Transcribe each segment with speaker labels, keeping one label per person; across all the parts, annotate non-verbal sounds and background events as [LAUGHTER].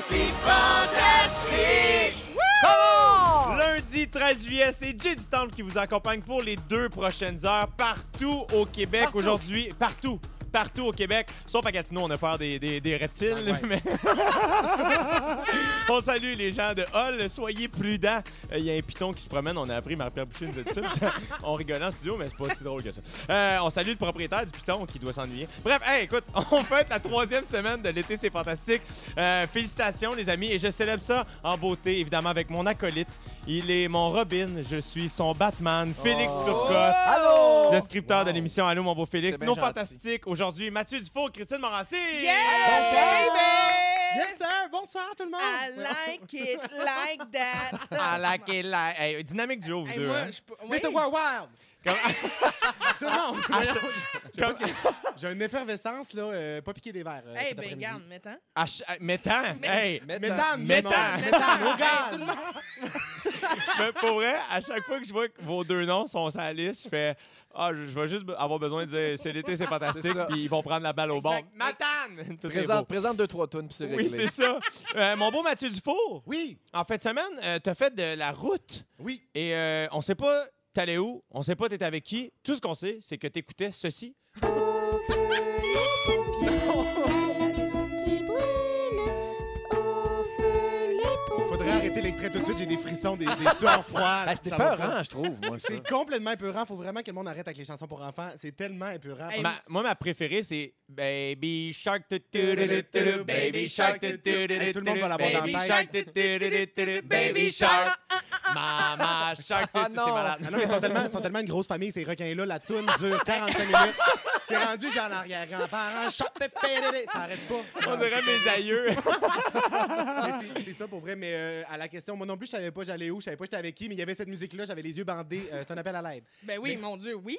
Speaker 1: C'est fantastique!
Speaker 2: Lundi 13 juillet, c'est Jay Temple qui vous accompagne pour les deux prochaines heures partout au Québec
Speaker 3: Partout.
Speaker 2: aujourd'hui. Partout. Partout au Québec. Sauf à Gatineau, on a peur des, des- des reptiles. [LAUGHS] mais- on salue les gens de Hall. Soyez prudents. Euh, Il y a un piton qui se promène. On a appris, Marc-Pierre Boucher nous a dit ça. puis
Speaker 3: [LAUGHS]
Speaker 2: ça- on rigolait en studio, mais c'est pas si drôle que ça. Euh, on salue le propriétaire du piton qui doit s'ennuyer. Bref, hey, écoute, [LAUGHS] on fête la troisième semaine de l'été. C'est fantastique. Euh, félicitations, les amis. Et je célèbre ça en beauté, évidemment, avec mon acolyte. Il est mon Robin. Je suis son Batman, Félix Turcotte.
Speaker 3: Allô!
Speaker 2: Le scripteur de l'émission Allô, mon beau Félix.
Speaker 3: Oh! C'est bien
Speaker 2: Nos
Speaker 3: gentil.
Speaker 2: fantastiques aujourd'hui, Mathieu Dufour, Christine Morancy.
Speaker 3: Yes, sir! Bonsoir tout le monde!
Speaker 4: I like it like that.
Speaker 2: I like it, like- Hey, dynamique duo, vous
Speaker 4: Hey,
Speaker 2: deux.
Speaker 4: moi,
Speaker 2: hein?
Speaker 4: je peux- oui. Ah.
Speaker 3: Mr. Worldwide!
Speaker 2: Comme-
Speaker 3: Tout le monde!
Speaker 2: À chaque- comme-
Speaker 3: J'ai une effervescence, là, euh, pas piquer des verres. euh,
Speaker 4: Hey,
Speaker 3: cet
Speaker 4: ben
Speaker 3: après-midi.
Speaker 4: garde, mettons.
Speaker 2: à chaque- Mettant. Hey.
Speaker 3: Mesdames,
Speaker 2: Mesdames,
Speaker 3: mesdames,
Speaker 2: mesdames,
Speaker 3: mesdames,
Speaker 4: Hey, tout le
Speaker 3: mesdames,
Speaker 4: monde.
Speaker 2: [LAUGHS] Mais pour vrai, à chaque fois que je vois que vos deux noms sont sur la liste, je fais Ah, je, je vais juste avoir besoin de dire c'est l'été, c'est fantastique,
Speaker 5: C'est ça.
Speaker 2: puis ils vont prendre la balle au bord.
Speaker 4: Exact.
Speaker 2: Matane! [LAUGHS] Tout est
Speaker 5: Présente,
Speaker 2: beau.
Speaker 5: présente deux, trois tonnes, puis c'est
Speaker 2: Oui,
Speaker 5: réglé.
Speaker 2: c'est ça. Euh, mon beau Mathieu Dufour,
Speaker 3: Oui,
Speaker 2: en fin de semaine, euh, t'as fait de la route.
Speaker 3: oui.
Speaker 2: Et euh, on sait pas t'allais où, on sait pas t'étais avec qui. Tout ce qu'on sait, c'est que t'écoutais ceci.
Speaker 3: Faudrait arrêter l'extrait tout de suite, j'ai des frissons, des, des [LAUGHS] sueurs froides.
Speaker 5: Ah, C'était
Speaker 3: Ça va
Speaker 5: peur,
Speaker 3: pas.
Speaker 5: hein, je trouve, moi, ça.
Speaker 3: C'est complètement épeurant. Faut vraiment que le monde arrête avec les chansons pour enfants. C'est tellement épeurant.
Speaker 4: Hey,
Speaker 2: Ma- moi, ma préférée, c'est Baby Shark, tu- tu- tu- tu- tu- Baby Shark, tu- tu- tu- tu-
Speaker 3: Tout le monde va l'avoir dans la
Speaker 2: Baby
Speaker 3: tête.
Speaker 2: Shark, tu- tu- tu- tu- tu- Baby Shark, Mama Shark, tu- tu-
Speaker 5: Ah,
Speaker 2: c'est
Speaker 5: non.
Speaker 3: Ah
Speaker 2: malade.
Speaker 3: non, mais ils sont tellement, ils sont tellement une grosse famille, ces requins-là. La toune dure 45 minutes. C'est rendu genre l'arrière-grand-parent. Chop, pépé, dédé. Ça arrête pas.
Speaker 2: On dirait mes aïeux.
Speaker 3: Mais c'est- C'est ça pour vrai, mais euh, à la question, moi non plus, je savais pas j'allais où, je savais pas j'étais avec qui, mais il y avait cette musique-là, j'avais les yeux bandés, euh, c'est un appel à l'aide.
Speaker 4: Ben oui, mon Dieu, oui.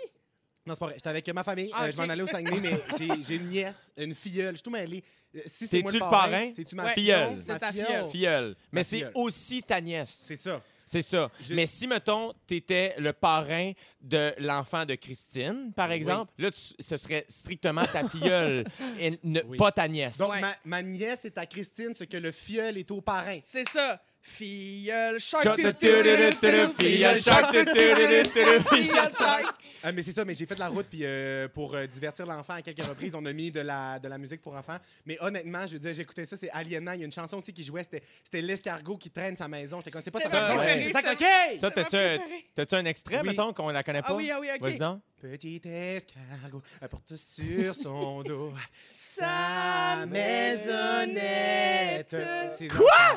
Speaker 3: Non, c'est pas vrai, j'étais avec ma famille,
Speaker 4: Ah,
Speaker 3: euh, je m'en
Speaker 4: ok.
Speaker 3: allais au Saguenay, mais j'ai- j'ai une nièce, une filleule, je suis tout mêlé. Euh, si
Speaker 2: T'es-tu
Speaker 3: c'est moi
Speaker 2: le parrain?
Speaker 3: C'est-tu ma
Speaker 2: Ouais.
Speaker 3: filleule?
Speaker 2: Filleule.
Speaker 4: C'est
Speaker 3: Ma
Speaker 4: ta filleule.
Speaker 2: Filleule. Mais
Speaker 3: Ma
Speaker 2: c'est
Speaker 3: filleule.
Speaker 2: aussi ta nièce.
Speaker 3: C'est ça.
Speaker 2: C'est ça.
Speaker 3: Je-
Speaker 2: Mais si, mettons, t'étais le parrain de l'enfant de Christine, par exemple, là, tu- ce serait strictement ta filleule et ne-
Speaker 3: Oui.
Speaker 2: pas ta nièce.
Speaker 3: Donc, ma, ma nièce est à Christine, ce que le filleul est au parrain.
Speaker 4: C'est ça. Filleul
Speaker 2: Shark,
Speaker 4: shark.
Speaker 2: tu- tu- tu- tu- tu- filleule, shark, tu- tu- tu- tu- tu-
Speaker 4: Filleul shark.
Speaker 3: Ah, mais c'est ça, mais j'ai fait de la route puis euh, pour euh, divertir l'enfant à quelques reprises, on a mis de la, de la musique pour enfants. Mais honnêtement, je veux dire, j'écoutais ça, c'est aliénant. Il y a une chanson aussi qui jouait, c'était c'était l'escargot qui traîne sa maison. J'étais comme, c'est pas sa
Speaker 4: C'est ma
Speaker 3: maison,
Speaker 2: préférée,
Speaker 3: c'est ça,
Speaker 4: c'est-
Speaker 3: ok!
Speaker 2: Ça, t'as-tu
Speaker 4: ma
Speaker 2: un,
Speaker 4: préférée.
Speaker 2: t'as-tu un extrait,
Speaker 3: Oui.
Speaker 2: mettons, qu'on la connaît pas?
Speaker 4: Ah oui, ah oui, ok.
Speaker 2: Vas-y donc.
Speaker 3: Petit escargot apporte sur son dos
Speaker 4: Sa maisonnette.
Speaker 3: Quoi?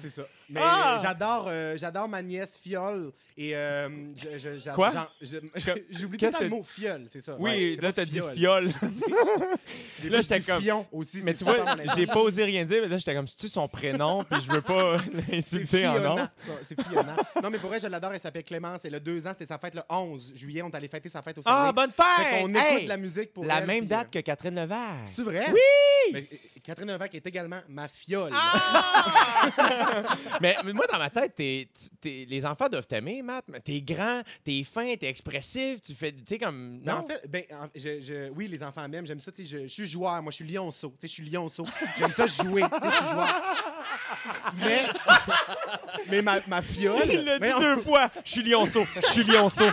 Speaker 3: c'est ça. Mais
Speaker 2: Ah!
Speaker 3: euh, j'adore, euh, j'adore ma nièce Fiole et euh, je, je- j'a-
Speaker 2: Quoi?
Speaker 3: j'en- je- [LAUGHS] J'oublie tout
Speaker 2: Qu'est-ce
Speaker 3: le temps
Speaker 2: que-
Speaker 3: le mot Fiole, c'est ça.
Speaker 2: Oui,
Speaker 3: Ouais, c'est
Speaker 2: là,
Speaker 3: pas
Speaker 2: t'as dit
Speaker 3: fiole. [LAUGHS]
Speaker 2: fiole.
Speaker 3: Des
Speaker 2: Là,
Speaker 3: fois, je
Speaker 2: j'étais
Speaker 3: dis
Speaker 2: comme-
Speaker 3: Fion aussi.
Speaker 2: mais
Speaker 3: c'est
Speaker 2: tu
Speaker 3: super
Speaker 2: vois,
Speaker 3: malaisant.
Speaker 2: j'ai pas osé rien dire, mais là, j'étais comme, c'est-tu son prénom, puis je veux
Speaker 3: [LAUGHS]
Speaker 2: pas [LAUGHS]
Speaker 3: C'est
Speaker 2: l'insulter en nom.
Speaker 3: Fiona. Ça, C'est Fiona. Non, mais pour vrai, je l'adore. Elle s'appelle Clémence. Elle a deux ans. C'était sa fête le 11 juillet. On est allé fêter sa fête au
Speaker 2: Ah,
Speaker 3: Saguenay.
Speaker 2: bonne
Speaker 3: Fait
Speaker 2: fête!
Speaker 3: qu'on
Speaker 2: Hey!
Speaker 3: écoute la musique pour
Speaker 2: La
Speaker 3: elle,
Speaker 2: même
Speaker 3: puis,
Speaker 2: date
Speaker 3: euh,
Speaker 2: que Catherine Levert.
Speaker 3: C'est vrai?
Speaker 2: Oui! Ah!
Speaker 3: Mais, euh, Catherine Novak est également ma fiole.
Speaker 2: mais, mais moi, dans ma tête, t'es- tu- t'es- les enfants doivent t'aimer, Matt. mais T'es grand, t'es fin, t'es expressif, tu fais, tu sais, comme...
Speaker 3: Mais
Speaker 2: Non,
Speaker 3: en fait, ben, en- je- je- oui, les enfants m'aiment. J'aime ça. tu sais, Je, je suis joueur. Moi, je suis lionceau. tu sais, Je suis lionceau. J'aime ça jouer. tu sais, Je suis
Speaker 2: [LAUGHS]
Speaker 3: joueur. Mais, mais ma, ma fiole.
Speaker 2: [LAUGHS] il l'a dit
Speaker 3: Voyons.
Speaker 2: deux fois. Je suis lionceau, je suis lionceau.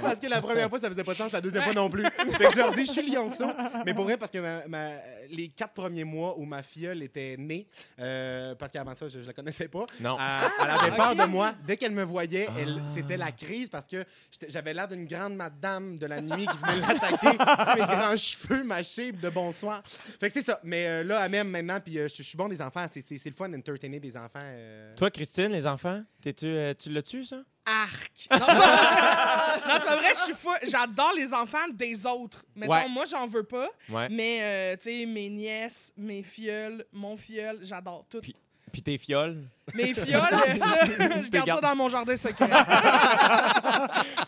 Speaker 3: Parce que la première fois, ça faisait pas de sens, la deuxième fois non plus. Fait que je leur dis, je suis lionceau. Mais pour vrai, parce que ma- ma- les quatre premiers mois où ma filleule était née, euh, parce qu'avant ça, je, je la connaissais pas,
Speaker 2: Non.
Speaker 3: euh, elle avait peur de moi. Dès qu'elle me voyait, elle- c'était la crise parce que j'étais- j'avais l'air d'une grande madame de la nuit qui venait l'attaquer. [LAUGHS] mes grands cheveux, ma shape de bonsoir. Fait que c'est ça. Mais euh, là, à même maintenant, puis euh, je je suis bon des enfants. C'est- C'est c'est le fun d'entertainer des enfants. euh.
Speaker 2: Toi, Christine, les enfants, t'es-tu, euh, tu l'as-tu, ça?
Speaker 4: [LAUGHS] Arc. Non, c'est pas vrai. Non, c'est pas vrai, je suis fou. J'adore les enfants des autres. Mettons,
Speaker 2: Ouais.
Speaker 4: moi, j'en veux pas.
Speaker 2: Ouais.
Speaker 3: Mm.
Speaker 4: Mais, euh, tu sais, mes nièces, mes fioles, mon fiole, j'adore
Speaker 2: [LAUGHS]
Speaker 4: tout.
Speaker 2: Puis- Puis tes fioles.
Speaker 4: Mes fioles, euh, ça, je garde ça
Speaker 2: garde.
Speaker 4: dans mon jardin
Speaker 2: [LAUGHS]
Speaker 4: secret.
Speaker 2: Ah,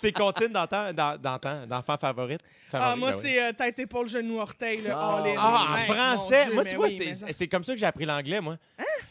Speaker 2: Tes comptines d'antan, d'an- d'antan, d'enfants favorites.
Speaker 4: Ah,
Speaker 2: Favoris,
Speaker 4: moi,
Speaker 2: ben oui.
Speaker 4: c'est euh, tête, épaule, genou, orteil. Là,
Speaker 5: Ah.
Speaker 4: all in.
Speaker 2: Ah, en
Speaker 4: Ouais, mon
Speaker 2: français!
Speaker 4: Dieu,
Speaker 2: moi,
Speaker 4: mais
Speaker 2: tu vois,
Speaker 4: oui, mais
Speaker 2: c'est-
Speaker 4: ça- Hein?
Speaker 2: c'est comme ça que j'ai appris l'anglais, moi.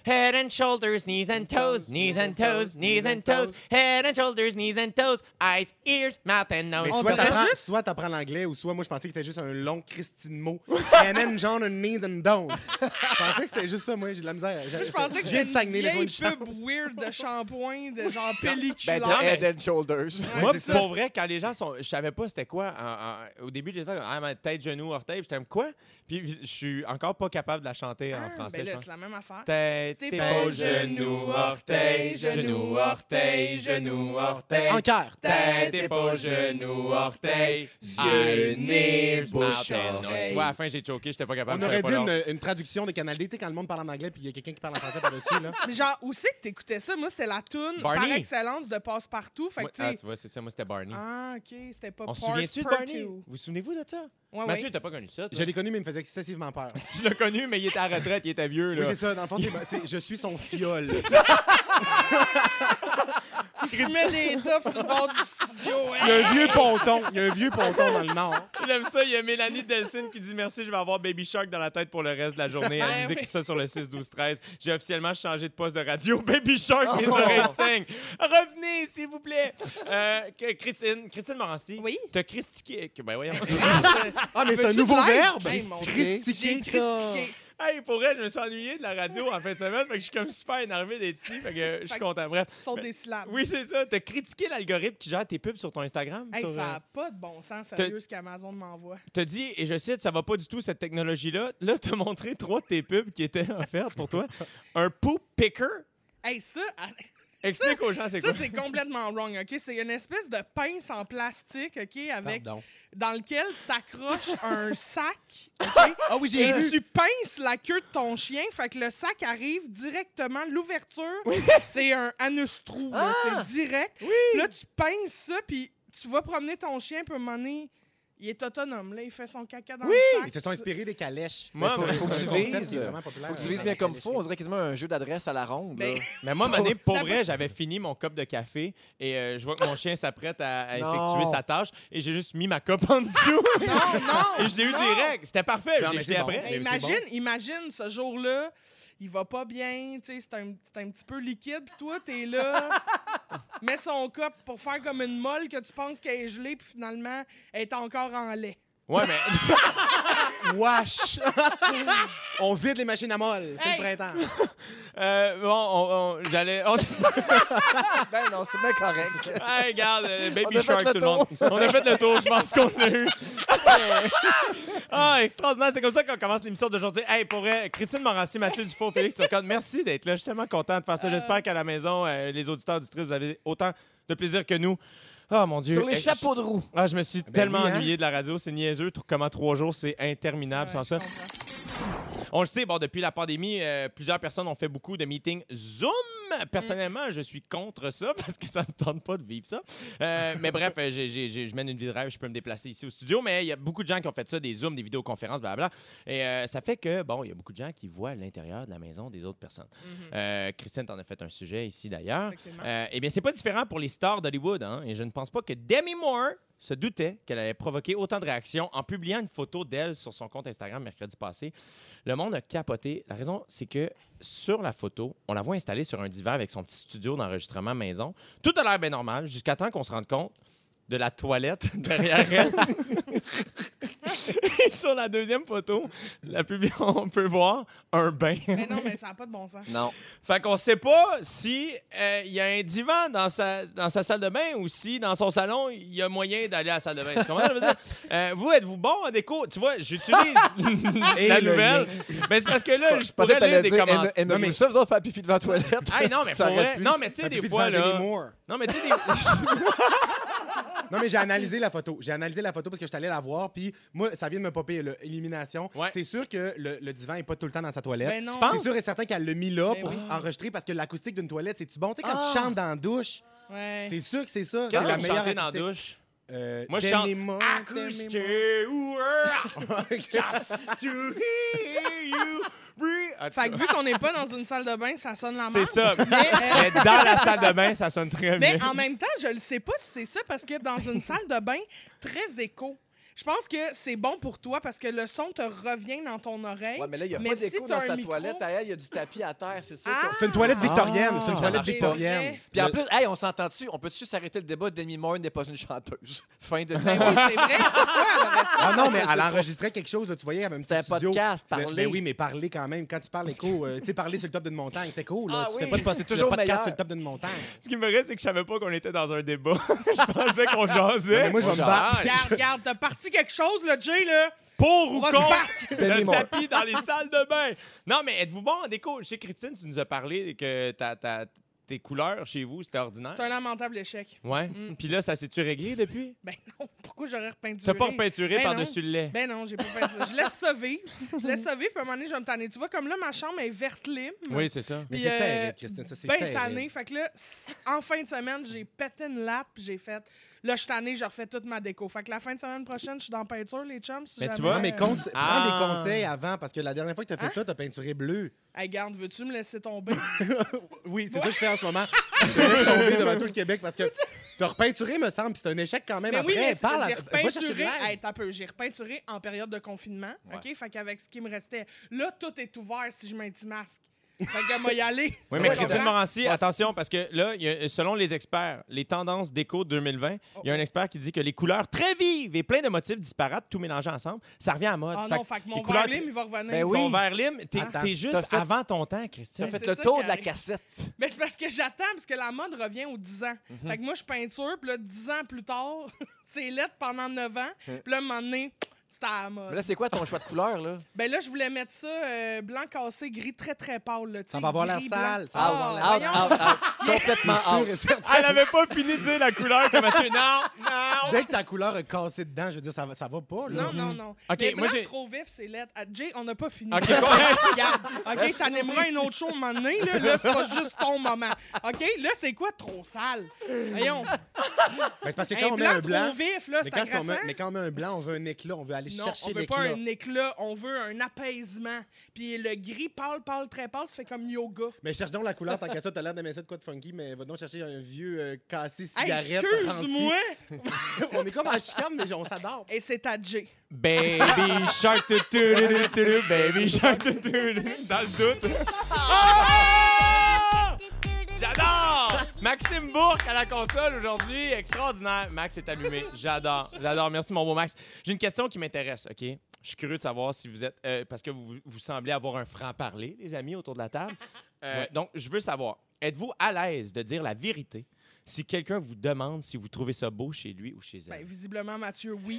Speaker 2: Head and shoulders, knees and toes, knees and toes, knees and toes. Head and shoulders, knees and toes, eyes, ears, mouth and nose.
Speaker 3: Mais
Speaker 4: On
Speaker 3: soit
Speaker 4: s'entend
Speaker 3: t'apprends,
Speaker 4: juste?
Speaker 3: soit t'apprends l'anglais ou soit moi je pensais que c'était juste un long Christine mot. [LAUGHS] And then genre une knees and downs. Je pensais que c'était juste ça, moi, j'ai de la misère.
Speaker 4: Je pensais que
Speaker 3: Je
Speaker 4: c'était
Speaker 3: viens de
Speaker 4: une
Speaker 3: Saguenay, les
Speaker 4: vieille
Speaker 3: joints de chance.
Speaker 4: pub weird de shampoing, de
Speaker 2: [LAUGHS]
Speaker 4: genre
Speaker 5: Ben,
Speaker 4: pelliculaire.
Speaker 5: t'as Head and Shoulders.
Speaker 2: Moi,
Speaker 4: c'est ça.
Speaker 2: pour vrai, quand les gens sont. Je savais pas c'était quoi. en- en- au début, j'étais comme, ah, ma tête, genou, orteil. Puis J'étais comme quoi? Puis je suis encore pas capable de la chanter
Speaker 4: Ah,
Speaker 2: en français.
Speaker 4: ben
Speaker 2: je
Speaker 4: là,
Speaker 2: pense.
Speaker 4: c'est la même affaire.
Speaker 2: Tête,
Speaker 4: T'es
Speaker 2: épaule,
Speaker 4: pas genou, orteil, genou, orteil, genou,
Speaker 2: orteil.
Speaker 3: En cœur.
Speaker 2: Tête, épaule, genou, orteil. Yeux, nez, bouche, oreille. Tu vois, à la fin, j'ai choqué, j'étais pas capable.
Speaker 3: On
Speaker 2: je savais
Speaker 3: aurait
Speaker 2: pas
Speaker 3: dit
Speaker 2: l'ordre.
Speaker 3: une, une traduction de Canal D, tu sais, quand le monde parle en anglais puis il y a quelqu'un qui parle en français par-dessus, là.
Speaker 4: Mais genre, où c'est que t'écoutais ça? Moi, c'était la toune par
Speaker 2: Barney.
Speaker 4: excellence de Passe-Partout. Fait que,
Speaker 2: Moi-
Speaker 4: tu
Speaker 2: Ah,
Speaker 4: sais...
Speaker 2: tu vois, c'est ça. Moi, c'était Barney.
Speaker 4: Ah, OK, c'était pas
Speaker 2: On se
Speaker 4: Parse
Speaker 2: souvient-tu de
Speaker 4: Per
Speaker 2: Barney? Vous
Speaker 4: Two.
Speaker 2: vous souvenez-vous de ça?
Speaker 4: Ouais,
Speaker 2: Mathieu,
Speaker 4: ouais.
Speaker 2: t'as pas connu ça? toi?
Speaker 3: Je l'ai connu, mais il me faisait excessivement [LAUGHS] peur.
Speaker 2: Tu l'as connu, mais il était à la retraite, il était vieux.
Speaker 3: Oui,
Speaker 2: Là.
Speaker 3: c'est ça. Dans le fond, c'est- ben, c'est- je suis son fiole.
Speaker 4: Tu Ah, mets des tops sur le bord du
Speaker 2: [LAUGHS]
Speaker 4: studio. hein.
Speaker 3: Il y a un vieux ponton. Il y a un vieux ponton dans le Nord.
Speaker 2: Il aime ça. Il y a Mélanie Delsin qui dit merci, je vais avoir Baby Shark dans la tête pour le reste de la journée.
Speaker 4: Ah,
Speaker 2: Elle nous
Speaker 4: oui.
Speaker 2: écrit ça sur le 6-12-13. J'ai officiellement changé de poste de radio. [LAUGHS] Baby Shark,
Speaker 4: Oh.
Speaker 2: mes oreilles saignent. Revenez, s'il vous plaît. Euh, que- Christine, Christine Morancy.
Speaker 4: Oui?
Speaker 2: T'as critiqué. que- Ben voyons.
Speaker 3: Ah, mais c'est un
Speaker 4: Veux-tu
Speaker 3: nouveau
Speaker 4: de l'aide?
Speaker 3: verbe.
Speaker 4: Hey, mon Dieu.
Speaker 3: Christiquer.
Speaker 4: Christiqué.
Speaker 2: hey, pour elle, je me suis ennuyé de la radio en fin de semaine. Fait que je suis comme super énervé d'être ici. Fait que je suis
Speaker 4: Fait que
Speaker 2: content. Bref.
Speaker 4: Tu sors des syllabes.
Speaker 2: Oui, c'est ça. T'as critiqué l'algorithme qui gère tes pubs sur ton Instagram.
Speaker 4: Hey,
Speaker 2: sur,
Speaker 4: ça
Speaker 2: euh,
Speaker 4: n'a pas de bon sens, sérieux, ce qu'Amazon m'envoie.
Speaker 2: T'as dit, et je cite, ça va pas du tout cette technologie-là. Là, t'as montré trois de tes pubs qui étaient offertes pour toi. Un poop picker.
Speaker 4: Hey, ça, à-
Speaker 2: Explique aux gens c'est quoi.
Speaker 4: ça c'est complètement wrong, OK? C'est une espèce de pince en plastique, OK, avec
Speaker 3: Pardon.
Speaker 4: dans lequel t'accroches un sac,
Speaker 2: [LAUGHS]
Speaker 4: OK?
Speaker 3: Ah oui,
Speaker 4: Et
Speaker 5: Euh,
Speaker 3: j'ai vu.
Speaker 4: tu pinces la queue de ton chien, fait que le sac arrive directement, l'ouverture, [LAUGHS] c'est un anus trou, là,
Speaker 3: Ah!
Speaker 4: c'est direct. Là, tu pinces ça, puis tu vas promener ton chien, puis à un moment donné, il est autonome, là, il fait son caca dans le sac.
Speaker 3: Ils se sont inspirés des calèches.
Speaker 2: Moi,
Speaker 3: Mais
Speaker 2: mais-
Speaker 5: Faut que
Speaker 3: c'est
Speaker 5: tu
Speaker 3: un concept
Speaker 5: vises.
Speaker 3: qui est vraiment populaire.
Speaker 5: Faut que tu
Speaker 3: Euh,
Speaker 5: vises
Speaker 3: dans
Speaker 5: bien
Speaker 3: les
Speaker 5: comme
Speaker 3: calèches.
Speaker 5: faut. On dirait quasiment un jeu d'adresse à la ronde. là.
Speaker 4: Ben,
Speaker 2: Mais moi, Mané, pour
Speaker 4: T'as-
Speaker 2: vrai, j'avais fini mon cup de café et euh, je vois que mon chien s'apprête à, à
Speaker 5: Non.
Speaker 2: effectuer sa tâche et j'ai juste mis ma coupe en dessous.
Speaker 4: Non, Oh, non!
Speaker 3: [LAUGHS]
Speaker 2: et je l'ai eu
Speaker 4: non.
Speaker 2: direct. C'était parfait.
Speaker 3: Non,
Speaker 2: je l'ai
Speaker 3: mais
Speaker 2: jeté
Speaker 3: c'est bon.
Speaker 2: après.
Speaker 4: Mais
Speaker 3: Mais c'est
Speaker 4: imagine, imagine ce jour-là, il va pas bien, tu sais, c'est un, c'est un petit peu liquide, puis toi, t'es là,
Speaker 3: [LAUGHS]
Speaker 4: mets son cop pour faire comme une molle que tu penses qu'elle est gelée, puis finalement, elle est encore en lait.
Speaker 2: Ouais, mais
Speaker 3: Wesh! [LAUGHS] on vide les machines à molle. C'est
Speaker 4: Hey.
Speaker 3: le printemps.
Speaker 2: euh, bon, on- on- j'allais. on-
Speaker 5: [LAUGHS] Ben non, c'est bien correct.
Speaker 2: Hey, regarde, euh, Baby
Speaker 5: On a fait
Speaker 2: Shark,
Speaker 5: le
Speaker 2: tout le monde. On a fait le tour, je pense qu'on l'a eu. ah, extraordinaire. C'est comme ça qu'on commence l'émission d'aujourd'hui. Hey, pour vrai, Christine Morancy, Mathieu Dufault, Félix Turcotte, merci d'être là. Je suis tellement content de faire ça. J'espère qu'à la maison, euh, les auditeurs du trip, vous avez autant de plaisir que nous. Ah, mon Dieu.
Speaker 5: Sur les
Speaker 2: Hey,
Speaker 5: chapeaux de roue.
Speaker 2: je- Ah, je me
Speaker 5: Ben
Speaker 2: suis tellement
Speaker 3: oui, hein?
Speaker 2: ennuyé de la radio. C'est niaiseux. Tr- Comment trois jours, c'est
Speaker 3: Ah,
Speaker 2: interminable sans ça. On le sait, bon, depuis la pandémie, euh, plusieurs personnes ont fait beaucoup de meetings Zoom. Personnellement, je suis contre ça [LAUGHS] parce que ça ne me tente pas de vivre ça. Euh, mais bref, euh, j'ai- j'ai- j'ai- je mène une vie de rêve, je peux me déplacer ici au studio, mais il y a beaucoup de gens qui ont fait ça, des Zooms, des vidéoconférences, blabla. Et euh, ça fait que, bon, il y a beaucoup de gens qui voient l'intérieur de la maison des autres personnes. Euh, Christine, t'en as fait un sujet ici d'ailleurs.
Speaker 4: Effectivement.
Speaker 2: Euh, eh bien, c'est pas différent pour les stars d'Hollywood, hein, et je ne pense pas que Demi Moore se doutait qu'elle allait provoquer autant de réactions en publiant une photo d'elle sur son compte Instagram mercredi passé. Le monde a capoté. La raison, c'est que sur la photo, on la voit installée sur un divan avec son petit studio d'enregistrement maison. Tout a l'air bien normal jusqu'à temps qu'on se rende compte de la toilette [LAUGHS] derrière elle. Et sur la deuxième photo, la pub, on peut voir un bain.
Speaker 4: Mais non, mais ça n'a pas de bon sens.
Speaker 5: Non.
Speaker 2: Fait qu'on sait pas si euh, il y a un divan dans sa, dans sa salle de bain ou si dans son salon, il y a moyen d'aller à la salle de bain. Tu comprends ce que je veux dire? Euh, vous, êtes-vous bon en déco? Tu vois, j'utilise
Speaker 3: Et
Speaker 2: la
Speaker 3: le
Speaker 2: nouvelle.
Speaker 3: lien.
Speaker 2: Mais c'est parce que là, je
Speaker 5: Je pensais
Speaker 2: pourrais
Speaker 5: que t'allais
Speaker 2: lire des
Speaker 5: dire,
Speaker 2: commentaires.
Speaker 5: aime- aime
Speaker 3: Non, mais-
Speaker 5: ça, vous autres, faire pipi devant la toilette.
Speaker 2: Ah non, mais
Speaker 5: Ça
Speaker 2: pour
Speaker 5: aurait
Speaker 2: vrai-
Speaker 5: pu,
Speaker 2: non, mais tu sais,
Speaker 3: Un peu
Speaker 2: des
Speaker 3: plus
Speaker 2: fois,
Speaker 3: devant
Speaker 2: là...
Speaker 3: Demi Moore.
Speaker 2: Non, mais tu sais, des...
Speaker 3: Non, mais j'ai analysé la photo. J'ai analysé la photo parce que je suis allé la voir. Puis moi, ça vient de me popper, là, illumination.
Speaker 2: Ouais.
Speaker 3: C'est sûr que le, le divan est pas tout le temps dans sa toilette.
Speaker 4: Ben non.
Speaker 2: Tu penses?
Speaker 3: C'est sûr et certain qu'elle l'a mis là
Speaker 4: Ben
Speaker 3: pour
Speaker 4: oui.
Speaker 3: enregistrer parce que l'acoustique d'une toilette, c'est-tu bon? Tu sais, quand
Speaker 5: Ah.
Speaker 3: tu chantes dans la douche,
Speaker 4: Ouais.
Speaker 3: c'est sûr que c'est ça.
Speaker 2: Ben. Qu'est-ce
Speaker 3: C'est
Speaker 2: que vous chantez
Speaker 3: meilleure
Speaker 2: dans la
Speaker 3: acoustique.
Speaker 2: douche?
Speaker 3: Euh,
Speaker 2: Moi, je chante...
Speaker 3: Donnez-moi,
Speaker 2: Acoustic
Speaker 3: donnez-moi.
Speaker 2: world,
Speaker 3: Ok.
Speaker 2: just to hear you breathe. Ah, tu
Speaker 4: Fait que vu qu'on n'est pas dans une salle de bain, ça sonne la merde.
Speaker 2: C'est ça.
Speaker 4: Mais, euh,
Speaker 2: Mais dans la salle de bain, ça sonne très bien.
Speaker 4: mais en même temps, je ne sais pas si c'est ça parce que dans une salle de bain, très écho. Je pense que c'est bon pour toi parce que le son te revient dans ton oreille.
Speaker 5: Ouais, mais là, il n'y a
Speaker 4: Mais
Speaker 5: pas
Speaker 4: si
Speaker 5: d'écho
Speaker 4: t'as
Speaker 5: dans
Speaker 4: un
Speaker 5: sa
Speaker 4: micro- ben
Speaker 5: toilette. Ailleurs, il y a du tapis à terre, c'est sûr.
Speaker 4: Ah!
Speaker 5: qu'on-
Speaker 3: C'est une toilette victorienne.
Speaker 5: Ah,
Speaker 3: c'est une
Speaker 5: ça
Speaker 3: toilette
Speaker 5: marche pas.
Speaker 3: victorienne.
Speaker 5: Puis en
Speaker 3: Le-
Speaker 5: plus, hey, on s'entend-tu? On peut-tu juste arrêter le débat? Demi Moore n'est pas une chanteuse. [LAUGHS] Fin de
Speaker 4: Ben oui, c'est
Speaker 2: [LAUGHS]
Speaker 4: vrai. Pourquoi elle aurait ça?
Speaker 3: Ah non, mais
Speaker 5: Je sais
Speaker 3: elle
Speaker 5: pas.
Speaker 3: enregistrait quelque chose, là, tu voyais, elle avait un
Speaker 5: C'était
Speaker 3: petit
Speaker 5: un
Speaker 3: studio.
Speaker 5: podcast,
Speaker 3: C'était-
Speaker 5: parler.
Speaker 3: Ben oui, mais parler quand même. Quand tu parles écho, euh, tu sais, parler sur le top d'une montagne, c'était cool. là.
Speaker 5: Ah
Speaker 3: C'était
Speaker 5: oui,
Speaker 3: pas de
Speaker 5: c'est
Speaker 3: podcast,
Speaker 5: toujours
Speaker 3: podcast
Speaker 5: meilleur.
Speaker 3: sur le top d'une montagne.
Speaker 2: Ce qui me reste, c'est que je savais pas qu'on était dans un débat. [LAUGHS] je pensais qu'on jasait.
Speaker 3: mais moi, je vais me
Speaker 2: On
Speaker 3: battre.
Speaker 2: jase.
Speaker 4: Regarde, regarde, t'as parti quelque chose, le Jay, là.
Speaker 2: Pour
Speaker 4: On
Speaker 2: ou
Speaker 4: va se
Speaker 2: contre
Speaker 4: battre.
Speaker 2: le
Speaker 5: Demi-mort.
Speaker 2: tapis dans les salles de bain. Non, mais êtes-vous bon en déco? Chez Christine, tu nous as parlé que ta- ta- tes couleurs chez vous, c'était ordinaire.
Speaker 4: C'est un lamentable échec.
Speaker 2: Ouais. Puis là, ça s'est-tu réglé depuis?
Speaker 4: Ben non, pourquoi j'aurais repeinturé?
Speaker 2: Tu n'as pas repeinturé
Speaker 4: Ben non.
Speaker 2: par-dessus le lait.
Speaker 4: Ben non, j'ai pas fait ça. Je laisse ça vivre. Je laisse ça vivre, puis à un moment donné, je vais me tanner. Tu vois, comme là, ma chambre est verte lime.
Speaker 2: Ben oui, c'est ça.
Speaker 3: Mais
Speaker 4: Puis,
Speaker 3: c'est
Speaker 4: euh,
Speaker 3: terrible, Christine, ça, c'est
Speaker 4: ben
Speaker 3: terrible.
Speaker 4: tanné. Fait que là, s- en fin de semaine, j'ai pété une latte, puis j'ai fait... Là, je suis tanné, je refais toute ma déco. Fait que la fin de semaine prochaine, je suis dans peinture, les chums. Si
Speaker 2: Mais tu
Speaker 4: jamais,
Speaker 2: vois,
Speaker 3: Non, Ben, mais
Speaker 4: euh,
Speaker 3: conse-
Speaker 2: Ah.
Speaker 3: prends des conseils avant, parce que la dernière fois que tu as
Speaker 4: Hein?
Speaker 3: fait ça, tu as peinturé bleu.
Speaker 4: Hey, garde, veux-tu me laisser
Speaker 3: [LAUGHS]
Speaker 4: tomber?
Speaker 3: Oui, c'est ça que je fais en ce moment.
Speaker 4: [LAUGHS]
Speaker 3: Je suis tombé devant tout le Québec parce que t'as repeinturé, me semble, puis c'est un échec quand même.
Speaker 4: Mais oui,
Speaker 3: Après,
Speaker 4: mais c'est-
Speaker 3: parle à-
Speaker 4: j'ai
Speaker 3: va chercher de
Speaker 4: repeinturé.
Speaker 3: l'aide.
Speaker 4: Hey, t'as peu, j'ai repeinturé en période de confinement. OK? Fait qu'avec ce qui me restait, là, tout est ouvert si je mets un petit masque. Fait que moi y
Speaker 2: [LAUGHS]
Speaker 4: aller.
Speaker 2: Oui, mais
Speaker 4: Tu
Speaker 2: Christine
Speaker 4: comprends?
Speaker 2: Morancy, attention, parce que là, il y a- selon les experts, les tendances déco 2020, il y a un expert qui dit que les couleurs très vives et plein de motifs disparates, tout mélangés ensemble, ça revient à la mode.
Speaker 4: Ah
Speaker 2: Fait
Speaker 4: non,
Speaker 2: que
Speaker 4: fait que
Speaker 2: les
Speaker 4: mon
Speaker 2: couleurs
Speaker 4: verre lime, il va revenir.
Speaker 5: Ben oui.
Speaker 2: Ton verre lime, t'es
Speaker 3: Attends,
Speaker 2: t'es juste
Speaker 5: t'as fait-
Speaker 2: avant ton temps,
Speaker 5: T'as
Speaker 2: Christine.
Speaker 5: fait
Speaker 4: c'est
Speaker 5: le
Speaker 4: ça
Speaker 5: tour
Speaker 4: qui
Speaker 5: de la
Speaker 4: arrive.
Speaker 5: cassette.
Speaker 4: Mais c'est parce que j'attends, parce que la mode revient aux 10 ans.
Speaker 3: Mhm.
Speaker 4: Fait que moi, je peinture, puis là, 10 ans plus tard, [LAUGHS] c'est lettre pendant 9 ans.
Speaker 3: Hein.
Speaker 4: Puis là, un moment donné, c'était à la
Speaker 5: Mais
Speaker 4: mode.
Speaker 5: là, c'est quoi ton choix de couleur, là?
Speaker 4: Ben là, je voulais mettre ça euh, blanc cassé, gris très, très pâle. Là, tu
Speaker 3: Ça
Speaker 4: sais,
Speaker 3: va avoir l'air
Speaker 4: gris, blanc.
Speaker 3: sale, ça va avoir l'air
Speaker 5: Out,
Speaker 4: Ah, voyons.
Speaker 5: out,
Speaker 4: [LAUGHS]
Speaker 5: out, out. Complètement out.
Speaker 4: oh.
Speaker 3: Sûr et certain.
Speaker 4: Ah,
Speaker 2: Elle avait pas fini de dire la couleur que Mathieu. [LAUGHS] Non, non.
Speaker 3: Dès que ta couleur a cassé dedans, je veux dire, ça va, ça va pas. Là.
Speaker 4: Non, non, non.
Speaker 2: Ok,
Speaker 4: Mais
Speaker 2: moi,
Speaker 4: blanc
Speaker 2: j'ai-
Speaker 4: trop vif, c'est lettre. Ah, Jay, on n'a pas fini.
Speaker 2: OK, correct.
Speaker 4: [LAUGHS] Regarde, OK, t'en aimeras un autre show un moment donné, là. Là, c'est pas juste ton moment. OK, là, c'est quoi trop sale? Voyons,
Speaker 3: Ben, c'est parce que
Speaker 4: un
Speaker 3: quand on met
Speaker 4: blanc,
Speaker 3: un blanc.
Speaker 4: trop vif, là,
Speaker 3: Mais
Speaker 4: c'est
Speaker 3: quand, on
Speaker 4: agressant.
Speaker 3: met, mais quand on met un blanc, on veut un éclat, on veut aller
Speaker 4: Non, on
Speaker 3: chercher
Speaker 4: veut pas
Speaker 3: l'éclat.
Speaker 4: un éclat, on veut un apaisement. Puis le gris pâle, pâle, très pâle, ça fait comme yoga.
Speaker 3: Mais cherche donc la couleur,
Speaker 4: [LAUGHS]
Speaker 3: tant qu'à ça, t'as l'air d'aimer ça de quoi de funky, mais va donc chercher un vieux euh, cassé
Speaker 4: Hey,
Speaker 3: cigarette.
Speaker 4: Excuse-moi!
Speaker 3: ranci. on est comme en chicane, mais on s'adore.
Speaker 4: Et c'est à Jay.
Speaker 2: Baby shark, tu, tu, tu, tu, tu, tu, baby shark, tu, tu, tu. dans le doute. Ah! J'adore! Maxime Bourque à la console aujourd'hui, extraordinaire. Max est allumé, j'adore, j'adore. Merci mon beau Max. J'ai une question qui m'intéresse, ok? Je suis curieux de savoir si vous êtes, euh, parce que vous, vous semblez avoir un franc parler, les amis autour de la table. Euh, Donc, je veux savoir, êtes-vous à l'aise de dire la vérité si quelqu'un vous demande si vous trouvez ça beau chez lui ou chez elle?
Speaker 4: Ben, visiblement, Mathieu,
Speaker 5: [LAUGHS]
Speaker 4: oui.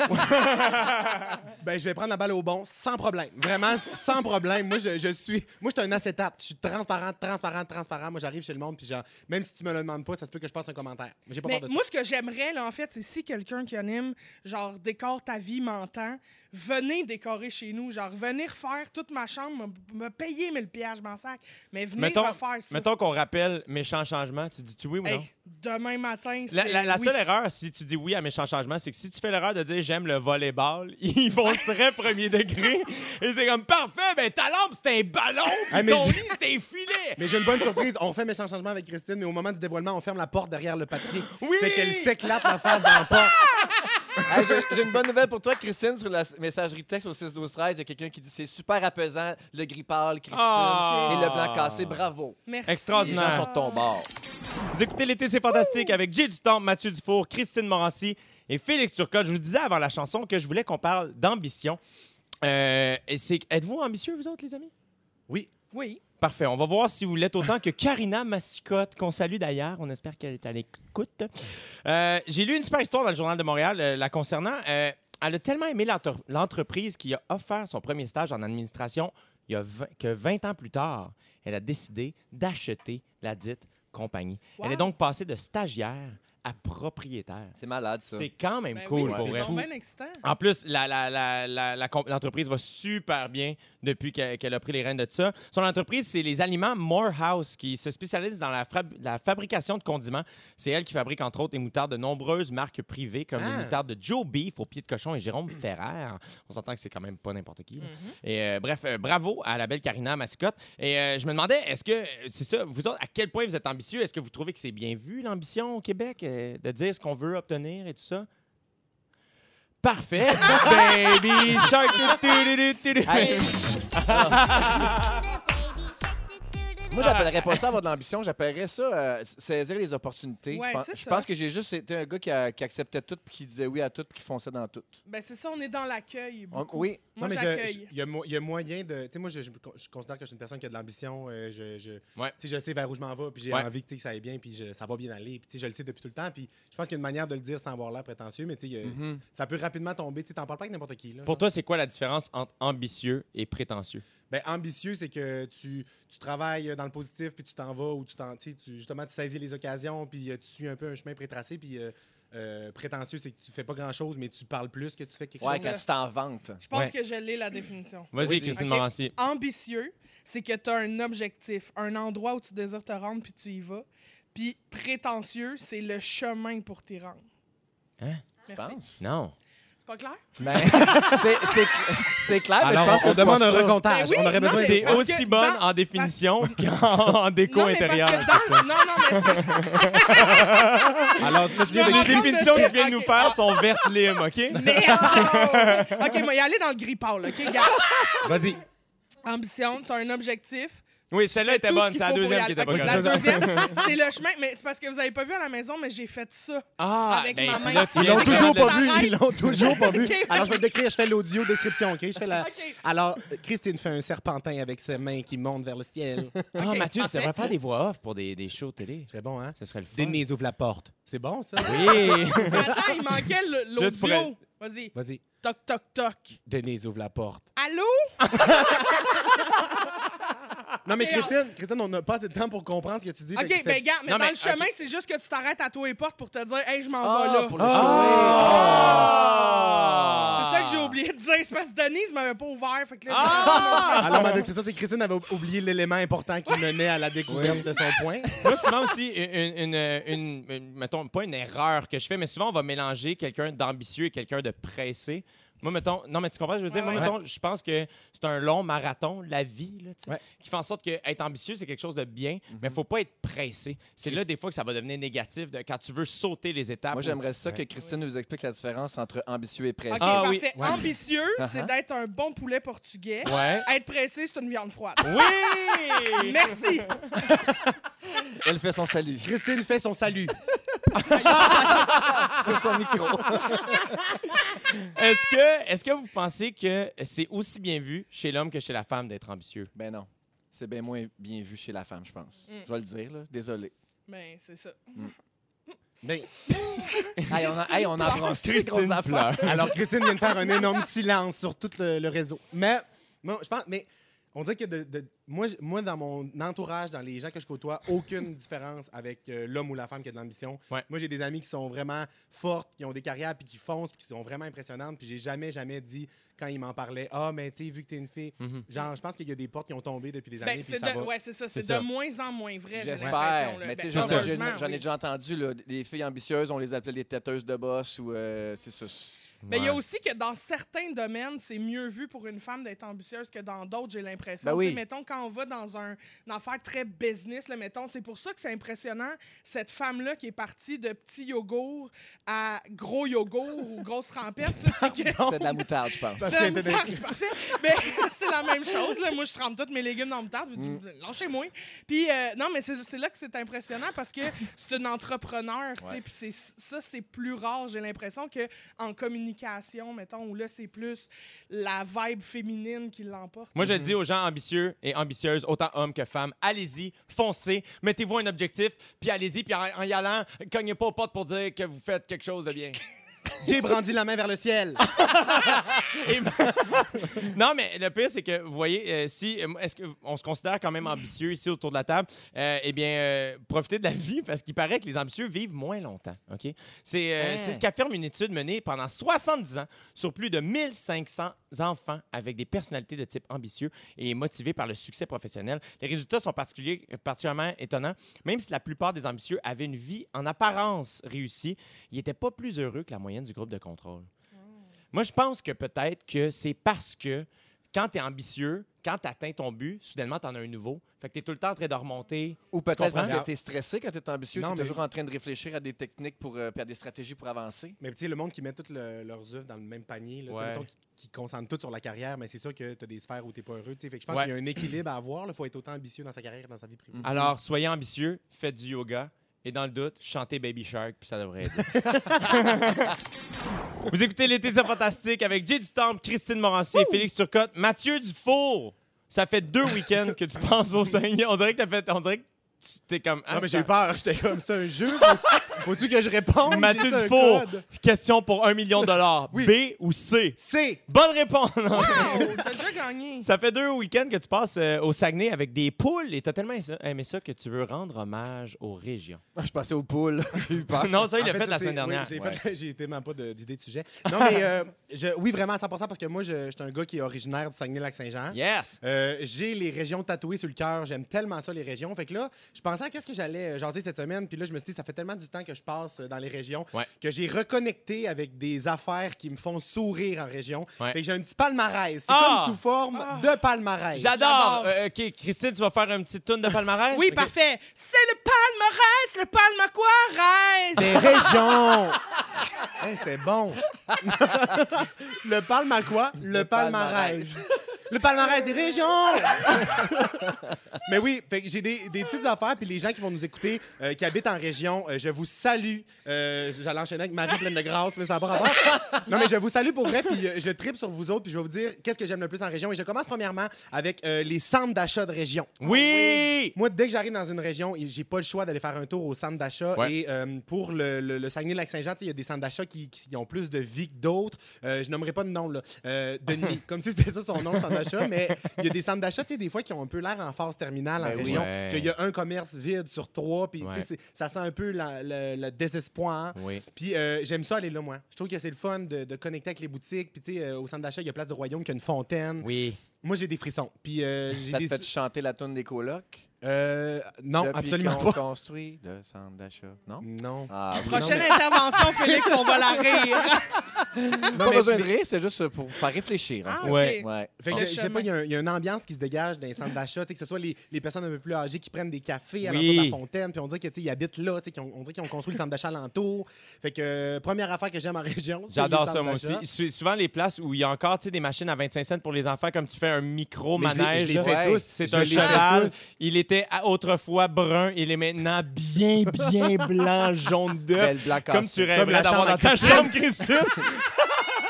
Speaker 3: Ben, je vais prendre la balle au bon, sans problème. Vraiment, sans problème. Moi, je, je suis. Moi, je suis un acétate. Je suis transparent, transparent, transparent. Moi, j'arrive chez le monde, puis genre, même si tu me le demandes pas, ça se peut que je passe un commentaire. J'ai pas
Speaker 4: Mais
Speaker 5: ben,
Speaker 3: peur de
Speaker 4: moi, ce que j'aimerais, là, en fait, c'est si quelqu'un qui anime, genre, décore ta vie, m'entend, venez décorer chez nous. Genre, venez refaire toute ma chambre, me, me payer 1000 pièges, je m'en sac. Mais venez
Speaker 2: Mettons,
Speaker 4: refaire ça.
Speaker 2: mettons qu'on rappelle méchant changement, tu dis-tu oui ou non?
Speaker 4: Hey, demain matin, c'est...
Speaker 2: La, la- la
Speaker 4: oui.
Speaker 2: seule er- erreur, si tu dis oui à méchant changement, c'est que si tu fais l'erreur de dire j'aime le volleyball, [LAUGHS] ils vont très premier [LAUGHS] degré. Et c'est comme parfait, ben ta lampe c'était un ballon, puis
Speaker 3: Ah, mais
Speaker 2: ton
Speaker 3: j'ai-
Speaker 2: lit c'était un filet.
Speaker 3: Mais j'ai une bonne surprise. On fait méchant changement avec Christine, mais au moment du dévoilement, on ferme la porte derrière le papier.
Speaker 2: Oui!
Speaker 3: Fait qu'elle s'éclate la face dans la porte.
Speaker 5: Hey, J'ai j'ai une bonne nouvelle pour toi, Christine, sur la s- messagerie texte au 6 12 13 Il y a quelqu'un qui dit c'est super apaisant, le gris pâle, Christine,
Speaker 2: Ah.
Speaker 5: et le blanc cassé. Bravo.
Speaker 4: Merci.
Speaker 5: Les
Speaker 2: Extraordinaire.
Speaker 5: gens sont de ton bord.
Speaker 2: Vous écoutez l'été c'est fantastique avec Jay Dutombe, Mathieu Dufour, Christine Morancy et Félix Turcotte. Je vous disais avant la chanson que je voulais qu'on parle d'ambition. Euh, et c'est êtes-vous ambitieux vous autres les amis
Speaker 3: Oui.
Speaker 4: Oui.
Speaker 2: Parfait. On va voir si vous l'êtes autant que Karina Massicotte, qu'on salue d'ailleurs. On espère qu'elle est à l'écoute. Euh, J'ai lu une super histoire dans le Journal de Montréal euh, la concernant. Euh, elle a tellement aimé l'entre- l'entreprise qui a offert son premier stage en administration il y a 20 que 20 ans plus tard, elle a décidé d'acheter la dite compagnie.
Speaker 4: Wow.
Speaker 2: Elle est donc passée de stagiaire à propriétaire.
Speaker 5: C'est malade, ça.
Speaker 2: C'est quand même
Speaker 4: Ben
Speaker 2: cool
Speaker 4: oui,
Speaker 2: pour
Speaker 4: c'est
Speaker 2: vrai.
Speaker 4: donc bien excitant.
Speaker 2: En plus, la- la- la- la- la comp- l'entreprise va super bien depuis que- qu'elle a pris les rênes de ça. Son entreprise, c'est les aliments Morehouse, qui se spécialise dans la, fab- la fabrication de condiments. C'est elle qui fabrique, entre autres, les moutardes de nombreuses marques privées, comme les
Speaker 3: Ah.
Speaker 2: moutardes de Joe Beef au pied de cochon et Jérôme Ferrer. On s'entend que c'est quand même pas n'importe qui. là. Et euh, bref, euh, bravo à la belle Karina Mascotte. Et euh, je me demandais, est-ce que, euh, c'est ça, vous autres, à quel point vous êtes ambitieux? Est-ce que vous trouvez que c'est bien vu, l'ambition au Québec, euh, de dire ce qu'on veut obtenir et tout ça? Parfait. Baby shark. tu, tu, tu, tu, tu, tu.
Speaker 5: Hey,
Speaker 6: Moi,
Speaker 5: moi, j'appellerais pas ça avoir de l'ambition, j'appellerais ça euh, saisir les opportunités.
Speaker 4: Ouais,
Speaker 5: je, pense,
Speaker 4: c'est
Speaker 5: je
Speaker 4: ça.
Speaker 5: pense que j'ai juste été un gars qui, a- qui acceptait tout, puis qui disait oui à tout, puis qui fonçait dans tout.
Speaker 4: Ben, c'est ça, on est dans l'accueil.
Speaker 5: On-
Speaker 4: beaucoup.
Speaker 5: oui,
Speaker 4: Moi,
Speaker 3: Non, mais je-
Speaker 4: j'accueille.
Speaker 3: je- Il y, a mo- il y a moyen de. Tu sais, moi, je, je me con- je considère que je suis une personne qui a de l'ambition. euh, je, je,
Speaker 2: Ouais.
Speaker 3: tu sais, je sais vers où je m'en vais, puis j'ai
Speaker 2: Ouais.
Speaker 3: envie que tu sais, ça aille bien, puis je- ça va bien aller. Puis tu sais, je le sais depuis tout le temps. Puis je pense qu'il y a une manière de le dire sans avoir l'air prétentieux, mais tu sais, il y a-
Speaker 5: Mm-hmm.
Speaker 3: ça peut rapidement tomber. Tu sais, t'en parles pas avec n'importe qui. Là,
Speaker 2: Pour toi, c'est quoi la différence entre ambitieux et prétentieux?
Speaker 3: Ben, ambitieux, c'est que tu, tu travailles dans le positif, puis tu t'en vas, ou tu t'en. Tu, sais, tu- justement, tu saisis les occasions, puis euh, tu suis un peu un chemin prétracé, puis. euh, euh, prétentieux, c'est que tu fais pas grand chose, mais tu parles plus que tu fais quelque
Speaker 5: ouais,
Speaker 3: chose.
Speaker 5: quand tu t'en vantes.
Speaker 4: Je pense
Speaker 2: Ouais.
Speaker 4: que je l'ai, la définition.
Speaker 2: Vas-y,
Speaker 3: Vas-y.
Speaker 2: Christine
Speaker 4: Ok.
Speaker 2: Morancy.
Speaker 4: Ambitieux, c'est que tu as un objectif, un endroit où tu désires te rendre, puis tu y vas. Puis prétentieux, c'est le chemin pour t'y rendre.
Speaker 2: Hein?
Speaker 5: Tu
Speaker 4: Merci.
Speaker 5: penses?
Speaker 2: Non.
Speaker 4: C'est pas clair?
Speaker 5: Ben, [LAUGHS] c'est- c'est cl- c'est clair, Ah, mais
Speaker 3: Alors,
Speaker 5: je pense que
Speaker 3: on
Speaker 5: c'est pas
Speaker 3: demande un
Speaker 5: ça.
Speaker 3: recomptage.
Speaker 4: Ben oui,
Speaker 3: on
Speaker 4: non,
Speaker 3: aurait besoin
Speaker 4: mais-
Speaker 2: T'es
Speaker 4: Parce que
Speaker 2: aussi bonne
Speaker 4: dans-
Speaker 2: en définition qu'en en déco
Speaker 4: mais parce
Speaker 2: intérieure.
Speaker 4: que dans- Non, non, mais c'est-
Speaker 3: Alors, tu viens de-
Speaker 4: Non,
Speaker 2: Les
Speaker 4: mais-
Speaker 2: définitions que tu
Speaker 4: parce que-
Speaker 2: viens de nous
Speaker 4: ok.
Speaker 2: faire sont vertes limes, [LAUGHS] OK?
Speaker 4: Mais oh! OK, moi, y aller dans le gris pâle, OK, gars?
Speaker 3: Vas-y.
Speaker 4: Ambition, t'as un objectif.
Speaker 2: Oui, celle-là
Speaker 4: tu fais
Speaker 2: était
Speaker 4: tout ce
Speaker 2: bonne.
Speaker 4: qu'il
Speaker 2: C'est la
Speaker 4: faut pour y
Speaker 2: deuxième qui
Speaker 4: aller.
Speaker 2: était pas
Speaker 4: Ok, La
Speaker 2: bonne.
Speaker 4: deuxième,
Speaker 2: [LAUGHS]
Speaker 4: c'est le chemin. Mais c'est parce que vous avez pas vu à la maison, mais j'ai fait ça.
Speaker 2: Ah,
Speaker 4: Avec
Speaker 2: ben,
Speaker 4: ma main.
Speaker 2: là, tu
Speaker 3: Ils
Speaker 2: viens
Speaker 3: l'ont
Speaker 2: de-
Speaker 4: C'est
Speaker 3: toujours
Speaker 4: que
Speaker 3: pas
Speaker 4: ça
Speaker 3: vu.
Speaker 4: s'arrête.
Speaker 3: Ils l'ont toujours pas
Speaker 4: [LAUGHS]
Speaker 3: vu.
Speaker 4: Ok, ouais.
Speaker 3: Alors, je vais te décrire. Je fais l'audio description, OK? Je fais
Speaker 2: Ah.
Speaker 3: la...
Speaker 4: OK.
Speaker 3: Alors, euh, Christine fait un serpentin avec ses mains qui montent vers
Speaker 4: [LAUGHS]
Speaker 3: le ciel.
Speaker 2: Ah,
Speaker 4: Ok,
Speaker 2: Mathieu, tu
Speaker 4: parfait.
Speaker 2: devrais faire des voix off pour des, des shows télé.
Speaker 3: C'est bon, hein?
Speaker 2: Ce serait le fun.
Speaker 3: Denise ouvre la porte. C'est bon, ça?
Speaker 2: [LAUGHS] Oui!
Speaker 4: Mais Attends, il manquait le-
Speaker 2: Là, tu
Speaker 4: l'audio. Vas-y.
Speaker 3: Vas-y.
Speaker 4: Toc, toc, toc.
Speaker 3: Denise ouvre la porte.
Speaker 4: Allô?
Speaker 3: Non, mais
Speaker 4: Et Ah, alors-
Speaker 3: Christine, Christine, on n'a pas assez de temps pour comprendre ce que tu dis. Fait que
Speaker 4: OK,
Speaker 3: c'était-
Speaker 4: ben gars, mais
Speaker 2: Non,
Speaker 4: dans
Speaker 2: mais-
Speaker 4: le chemin, c'est juste que tu t'arrêtes à toi et portes pour te dire « Hey, je m'en vais
Speaker 5: Ah,
Speaker 4: là
Speaker 5: pour le
Speaker 3: Ah!
Speaker 4: C'est
Speaker 5: show.
Speaker 4: ça que j'ai oublié de dire. C'est parce que Denise m'avait pas ouvert. Fait que là,
Speaker 5: Ah!
Speaker 3: Alors,
Speaker 4: [LAUGHS]
Speaker 3: ma description, Ah, c'est que Christine avait ou- oublié l'élément important qui menait à la découverte de son
Speaker 4: [LAUGHS]
Speaker 3: point.
Speaker 2: Moi, souvent aussi, une, une, une- une- mettons, pas une erreur que je fais, mais souvent, on va mélanger quelqu'un d'ambitieux et quelqu'un de pressé. Moi, mettons, non, mais tu comprends, ce que je veux dire,
Speaker 4: Ouais,
Speaker 2: moi,
Speaker 3: ouais.
Speaker 2: mettons, je pense que c'est un long marathon, la vie, là, tu sais,
Speaker 3: Ouais.
Speaker 2: qui fait en sorte que être ambitieux, c'est quelque chose de bien, mais il faut pas être pressé. Mhm. C'est là, des fois, que ça va devenir négatif de- quand tu veux sauter les étapes.
Speaker 5: Moi, j'aimerais ça que Christine nous explique la différence entre ambitieux et
Speaker 4: OK,
Speaker 5: pressé.
Speaker 2: Ah, oui.
Speaker 4: parfait.
Speaker 2: Ouais.
Speaker 4: Ambitieux, c'est
Speaker 5: Uh-huh.
Speaker 4: d'être un bon poulet portugais.
Speaker 2: Ouais.
Speaker 4: Être pressé, c'est une viande froide.
Speaker 2: Oui!
Speaker 4: Merci.
Speaker 5: Elle fait son salut
Speaker 3: Christine fait son salut.
Speaker 5: sur son micro.
Speaker 2: Est-ce que, est-ce que vous pensez que c'est aussi bien vu chez l'homme que chez la femme d'être ambitieux?
Speaker 5: ben non. C'est bien moins bien vu chez la femme, je pense.
Speaker 4: Mm.
Speaker 5: Je vais le dire, là. Désolé.
Speaker 4: Ben, c'est ça.
Speaker 3: Ben,
Speaker 5: hey, on, en- hey, on en prend six grosses affaires.
Speaker 3: Alors, Christine vient de faire un énorme silence sur tout le, le réseau. Mais, bon, je pense, mais on dirait que de, de- moi, je- moi, dans mon entourage, dans les gens que je côtoie, aucune différence avec euh, l'homme ou la femme qui a de l'ambition.
Speaker 2: Ouais.
Speaker 3: Moi, j'ai des amis qui sont vraiment fortes, qui ont des carrières, puis qui foncent, puis qui sont vraiment impressionnantes. Puis j'ai jamais, jamais dit, quand ils m'en parlaient, ah, mais tu sais, vu que t'es une fille,
Speaker 2: Mhm.
Speaker 3: genre, je pense qu'il y a des portes qui ont tombé depuis des années.
Speaker 4: Ben,
Speaker 3: puis
Speaker 4: c'est
Speaker 3: ça
Speaker 4: de,
Speaker 3: va.
Speaker 4: ouais, c'est ça. C'est de
Speaker 2: ça.
Speaker 4: moins en moins vrai. j'ai
Speaker 5: J'espère.
Speaker 4: l'impression, là. Ben,
Speaker 5: Mais tu sais, j'en ai-
Speaker 4: heureusement,
Speaker 5: j'en ai
Speaker 4: oui.
Speaker 5: déjà entendu, là, des filles ambitieuses, on les appelait des têteuses de boss ou. euh, c'est ça.
Speaker 4: Mais il y a aussi que dans certains domaines, c'est mieux vu pour une femme d'être ambitieuse que dans d'autres, j'ai l'impression.
Speaker 5: Ben oui.
Speaker 4: Tu sais, Mettons, quand on va dans un, une affaire très business, là, mettons, c'est pour ça que c'est impressionnant, cette femme-là qui est partie de petit yogourt à gros yogourt ou
Speaker 5: [LAUGHS]
Speaker 4: grosse trempette. tu sais, c'est que-
Speaker 5: C'était de la moutarde,
Speaker 4: [LAUGHS]
Speaker 5: je pense.
Speaker 3: Parce
Speaker 4: Ça
Speaker 3: que
Speaker 4: me
Speaker 3: t'es
Speaker 4: tarte, c'est parfait. Mais [LAUGHS] c'est la même chose. Là. Moi, je trempe tous mes légumes dans le tarte. Vous dites,
Speaker 2: Mm.
Speaker 4: Lâchez-moi. Puis, euh, non, mais c'est c'est là que c'est impressionnant parce que c'est une entrepreneur. tu sais,
Speaker 5: Ouais.
Speaker 4: Puis c'est- ça, c'est plus rare, j'ai l'impression, qu'en communication, mettons, où là, c'est plus la vibe féminine qui l'emporte.
Speaker 2: Moi, je dis aux gens ambitieux et ambitieuses, autant hommes que femmes, allez-y, foncez, mettez-vous un objectif, puis allez-y, puis en, en y allant, cognez pas aux portes pour dire que vous faites quelque chose de bien.
Speaker 3: J'ai brandi la main vers le ciel.
Speaker 2: [LAUGHS] non, mais le pire, c'est que, vous voyez, euh, si, euh, est-ce qu'on se considère quand même ambitieux ici autour de la table, euh, eh bien, euh, profitez de la vie, parce qu'il paraît que les ambitieux vivent moins longtemps, OK? C'est euh,
Speaker 5: Hein?
Speaker 2: c'est ce qu'affirme une étude menée pendant 70 ans sur plus de 1500 enfants avec des personnalités de type ambitieux et motivés par le succès professionnel. Les résultats sont particuliers- particulièrement étonnants. Même si la plupart des ambitieux avaient une vie en apparence réussie, ils n'étaient pas plus heureux que la moyenne du groupe de contrôle. Moi, je pense que peut-être que c'est parce que quand tu es ambitieux, quand tu atteins ton but, soudainement, tu en as un nouveau. Fait que tu es tout le temps en train de remonter.
Speaker 5: Ou peut-être
Speaker 2: comprends?
Speaker 5: parce que t'es stressé quand t'es ambitieux,
Speaker 3: Non,
Speaker 5: t'es
Speaker 3: mais-
Speaker 5: toujours en train de réfléchir à des techniques pour, euh, puis à des stratégies pour avancer.
Speaker 3: Mais tu sais, le monde qui met toutes le- leurs œufs dans le même panier, là, tu sais,
Speaker 2: Ouais.
Speaker 3: mettons, qui, qui concentre tout sur la carrière, mais c'est sûr que tu as des sphères où tu n'es pas heureux. tu sais. Fait que je pense
Speaker 2: Ouais.
Speaker 3: qu'il y a un équilibre à avoir. Il faut être autant ambitieux dans sa carrière que dans sa vie privée.
Speaker 2: Alors, soyez ambitieux, faites du yoga et dans le doute, chantez Baby Shark, puis ça devrait aider.
Speaker 3: [LAUGHS]
Speaker 2: Vous écoutez l'été de fantastique avec Jay Dutemps, Christine Morancier, Félix Turcotte, Mathieu Dufour. Ça fait deux week-ends que tu penses au Seigneur. On dirait que t'as fait. On dirait que tu t'es comme. ah,
Speaker 3: Non, mais j'ai eu
Speaker 2: pas.
Speaker 3: peur. J'étais comme, c'est un jeu. Faut-tu- Faut-tu que je réponde?
Speaker 2: Mathieu
Speaker 3: C'est un
Speaker 2: Dufour,
Speaker 3: code.
Speaker 2: question pour un million de dollars. B ou C?
Speaker 3: C'est.
Speaker 2: Bonne réponse! Non.
Speaker 4: [LAUGHS] Wow, t'as déjà gagné.
Speaker 2: Ça fait deux week-ends que tu passes euh, au Saguenay avec des poules et t'as tellement aimé ça que tu veux rendre hommage aux
Speaker 3: [LAUGHS]
Speaker 2: régions.
Speaker 5: Ah, Je passais aux poules. [LAUGHS] J'ai eu peur.
Speaker 2: Non, ça, il
Speaker 3: En
Speaker 2: l'a fait,
Speaker 3: ça,
Speaker 2: la
Speaker 3: c'est-
Speaker 2: semaine
Speaker 3: oui,
Speaker 2: dernière.
Speaker 3: j'ai
Speaker 2: Ouais.
Speaker 3: fait- [LAUGHS] j'ai tellement pas de- d'idée de sujet. Non, mais euh, je- oui, vraiment à 100 parce que moi, je je suis un gars qui est originaire du Saguenay-Lac-Saint-Jean.
Speaker 2: [LAUGHS] Yes!
Speaker 3: Euh, j'ai les régions tatouées sur le cœur. J'aime tellement ça, les régions. Fait que là, je pensais à qu'est-ce que j'allais euh, jaser cette semaine. Puis là, je me suis dit, ça fait tellement du temps que je passe euh, dans les régions
Speaker 2: Ouais.
Speaker 3: que j'ai reconnecté avec des affaires qui me font sourire en région.
Speaker 2: Ouais.
Speaker 3: Fait que j'ai un petit palmarès. C'est
Speaker 2: Ah!
Speaker 3: comme sous forme de palmarès.
Speaker 2: J'adore! Euh, OK, Christine, tu vas faire un petit tourne de palmarès?
Speaker 4: Oui, parfait. C'est le palmarès, le palmaquarès.
Speaker 3: Des régions! [LAUGHS] Hey, C'était bon! [LAUGHS] le palma quoi? Le, palmarès.
Speaker 5: palmarès.
Speaker 3: Le palmarès des régions! [LAUGHS] Mais oui, fait que j'ai des, des petites affaires, puis les gens qui vont nous écouter, euh, qui habitent en région, euh, je vous salue. Euh, J'allais enchaîner avec Marie pleine de grâce, mais ça n'a pas [LAUGHS] rapport. Non, mais je vous salue pour vrai, puis euh, je tripe sur vous autres, puis je vais vous dire qu'est-ce que j'aime le plus en région. Et je commence premièrement avec euh, les centres d'achat de région.
Speaker 2: Oui!
Speaker 3: Moi, dès que j'arrive dans une région, et j'ai pas le choix d'aller faire un tour au centre d'achat.
Speaker 2: Ouais.
Speaker 3: Et euh, pour le, le- le Saguenay-Lac-Saint-Jean, tu sais, il y a des centres d'achat qui, qui ont plus de vie que d'autres. Euh, je nommerai pas de nom, là. Euh,
Speaker 5: [LAUGHS]
Speaker 3: Denis, comme si c'était ça son nom, le centre d'achat. Mais il y a des centres d'achat, tu sais, des fois, qui ont un peu l'air en phase terminale en
Speaker 5: Ben oui.
Speaker 3: région.
Speaker 2: Ouais.
Speaker 3: Qu'il y a un commerce vide sur trois. Puis, tu sais,
Speaker 2: Ouais.
Speaker 3: c'est- ça sent un peu la- le, le désespoir.
Speaker 2: Oui.
Speaker 3: Puis euh, j'aime ça aller là, moi. Je trouve que c'est le fun de, de connecter avec les boutiques. Puis, tu sais, euh, au centre d'achat, il y a Place de Royaume qui a une fontaine.
Speaker 2: Oui.
Speaker 3: Moi, j'ai des frissons. Puis, euh,
Speaker 5: [LAUGHS]
Speaker 3: j'ai
Speaker 5: Ça te
Speaker 3: des-
Speaker 5: fait chanter la tune des colocs?
Speaker 3: Euh, non,
Speaker 5: Depuis [LAUGHS]
Speaker 3: absolument
Speaker 5: qu'on
Speaker 3: pas.
Speaker 5: construit de centre d'achat. Non?
Speaker 3: Non.
Speaker 5: Ah, oui.
Speaker 4: Prochaine
Speaker 2: [LAUGHS]
Speaker 4: intervention, Félix, on va la rire.
Speaker 5: Pas besoin de rire, c'est juste pour vous faire réfléchir. en
Speaker 4: Ah,
Speaker 5: fait.
Speaker 4: ok.
Speaker 2: Ouais.
Speaker 5: Ouais.
Speaker 3: Fait
Speaker 4: Le
Speaker 3: que je, je sais
Speaker 4: chemin.
Speaker 3: pas, il y, a un- il y a une ambiance qui se dégage dans les centres d'achat, tu sais, que ce soit les, les personnes un peu plus âgées qui prennent des cafés à
Speaker 2: Oui.
Speaker 3: l'entour de la fontaine, puis on dirait qu'ils habitent là, tu sais, qu'ils ont- on dirait qu'ils ont construit le centre d'achat alentour. Fait que euh, première affaire que j'aime en [LAUGHS] région, c'est
Speaker 2: J'adore
Speaker 3: les
Speaker 2: ça,
Speaker 3: centres
Speaker 2: moi aussi.
Speaker 3: d'achat.
Speaker 2: Sou- Souvent, les places où il y a encore tu sais, des machines à 25 cents pour les enfants, comme tu fais un
Speaker 3: Mais je l'ai-
Speaker 2: micro-manège.
Speaker 3: je l'ai
Speaker 2: là.
Speaker 3: fait
Speaker 5: Ouais.
Speaker 3: tous.
Speaker 2: C'est
Speaker 3: Je
Speaker 2: un
Speaker 3: l'ai fait
Speaker 2: cheval.
Speaker 3: tous.
Speaker 2: Il était à- autrefois brun. Il est maintenant bien,
Speaker 3: [LAUGHS]
Speaker 2: bien blanc, jaune d'œuf.
Speaker 5: Belle blague
Speaker 2: Comme tu
Speaker 5: cassée.
Speaker 3: Comme
Speaker 2: rêverais
Speaker 3: la
Speaker 2: d'avoir
Speaker 3: chambre
Speaker 2: dans
Speaker 3: à
Speaker 2: ta
Speaker 3: Christine.
Speaker 2: chambre, Christine.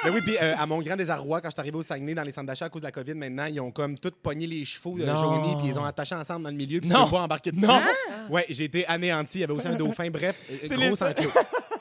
Speaker 3: Mais oui, puis euh, à mon grand désarroi, quand je suis arrivé au Saguenay dans les centres d'achat à cause de la COVID, maintenant, ils ont comme tout pogné les chevaux de
Speaker 2: Non.
Speaker 3: jaunis, puis ils les ont attachés ensemble dans le milieu, puis tu
Speaker 2: Non.
Speaker 3: peux pas embarquer de
Speaker 2: Non.
Speaker 3: Ouais, j'ai été anéanti. Il y avait aussi un dauphin, bref, euh,
Speaker 2: C'est les
Speaker 3: gros sans
Speaker 2: seuls-
Speaker 3: clous.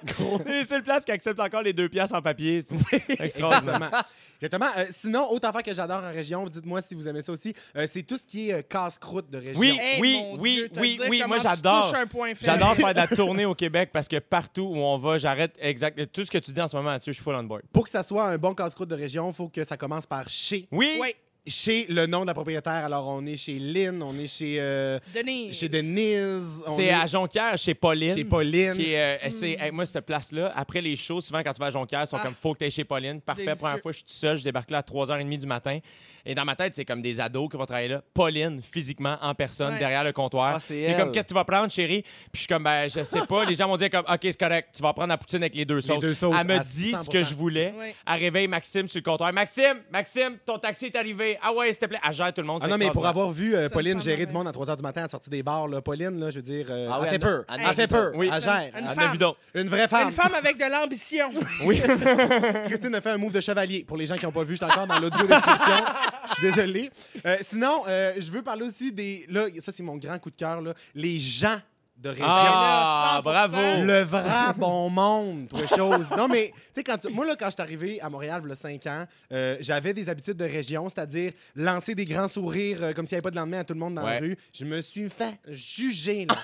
Speaker 3: Gros
Speaker 2: C'est les seules places qui acceptent encore les deux pièces en papier. C'est
Speaker 3: [LAUGHS]
Speaker 2: extraordinaire.
Speaker 3: Exactement. Exactement. Euh, sinon, autre affaire que j'adore en région, dites-moi si vous aimez ça aussi, euh, c'est tout ce qui est euh, casse-croûte de région.
Speaker 2: Oui.
Speaker 4: Hey, mon
Speaker 2: oui,
Speaker 4: Dieu, te
Speaker 2: oui,
Speaker 4: dire
Speaker 2: oui,
Speaker 4: comment
Speaker 2: moi,
Speaker 4: tu
Speaker 2: j'adore.
Speaker 4: touches un point faible.
Speaker 2: J'adore faire de la tournée au Québec parce que partout où on va, j'arrête exact tout ce que tu dis en ce moment, Mathieu, je suis full on board.
Speaker 3: Pour que ça soit un bon casse-croûte de région, il faut que ça commence par chez.
Speaker 2: Oui.
Speaker 4: Oui,
Speaker 3: Chez le nom de la propriétaire. Alors, on est chez Lynn, on est chez, euh,
Speaker 4: Denise.
Speaker 3: chez Denise, on
Speaker 2: C'est
Speaker 3: est
Speaker 2: à Jonquière, chez Pauline.
Speaker 3: chez Pauline.
Speaker 2: Qui est, euh, c'est- hey, moi, cette place-là, après les shows, souvent quand tu vas à Jonquière, ils sont
Speaker 4: Mm. Ah.
Speaker 2: comme faut que tu chez Pauline. Parfait,
Speaker 4: Délicieux.
Speaker 2: première fois, je suis tout seul, je débarque là à 3h30 du matin. Et dans ma tête, c'est comme des ados qui vont travailler là. Pauline, physiquement, en personne,
Speaker 4: Ouais.
Speaker 2: derrière le comptoir.
Speaker 5: Ah, c'est
Speaker 2: Et comme,
Speaker 5: elle.
Speaker 2: qu'est-ce que tu vas prendre, chérie? Puis je suis comme, ben, je sais pas. les gens m'ont dit, comme, OK, c'est correct, tu vas prendre la poutine avec les deux sauces.
Speaker 3: deux sauces,
Speaker 2: Elle me
Speaker 3: à
Speaker 2: dit ce
Speaker 3: 100%.
Speaker 2: que je voulais.
Speaker 4: Ouais.
Speaker 2: Elle réveille Maxime sur le comptoir. Maxime, Maxime, ton taxi est arrivé. Ah ouais, s'il te plaît. Elle gère tout le monde.
Speaker 3: Ah
Speaker 2: c'est
Speaker 3: non, mais pour
Speaker 2: extraordinaire.
Speaker 3: avoir vu euh,
Speaker 4: Ça
Speaker 3: Pauline
Speaker 4: me
Speaker 3: gérer
Speaker 4: semble
Speaker 3: du monde à 3 h du matin à la sortie des bars, là, Pauline, là, je veux dire, euh,
Speaker 5: Ah ouais,
Speaker 3: elle fait
Speaker 5: elle-
Speaker 3: peur.
Speaker 5: elle-
Speaker 3: Elle fait peur.
Speaker 2: Oui.
Speaker 3: Elle gère.
Speaker 4: Une
Speaker 3: Elle-
Speaker 2: Anna Vidon.
Speaker 3: Une vraie
Speaker 4: Une
Speaker 3: femme.
Speaker 4: femme avec de l'ambition.
Speaker 2: Oui.
Speaker 3: [LAUGHS]
Speaker 2: [LAUGHS]
Speaker 3: Christine a fait un move de chevalier. Pour les gens qui n'ont pas vu, je suis encore dans l'audio description. Je suis désolé. Euh, sinon, euh, je veux parler aussi des. Là, ça, c'est mon grand coup de cœur. là. Les gens de région.
Speaker 2: Ah,
Speaker 4: J'ai là 100%.
Speaker 2: bravo.
Speaker 3: Le vrai bon monde, toi, chose. Non, mais, tu sais, quand tu- moi, là, quand je suis arrivé à Montréal, il y a 5 ans, euh, j'avais des habitudes de région, c'est-à-dire lancer des grands sourires euh, comme s'il n'y avait pas de lendemain à tout le monde dans
Speaker 2: Ouais.
Speaker 3: la rue. Je me suis fait juger,
Speaker 2: [LAUGHS]
Speaker 3: là.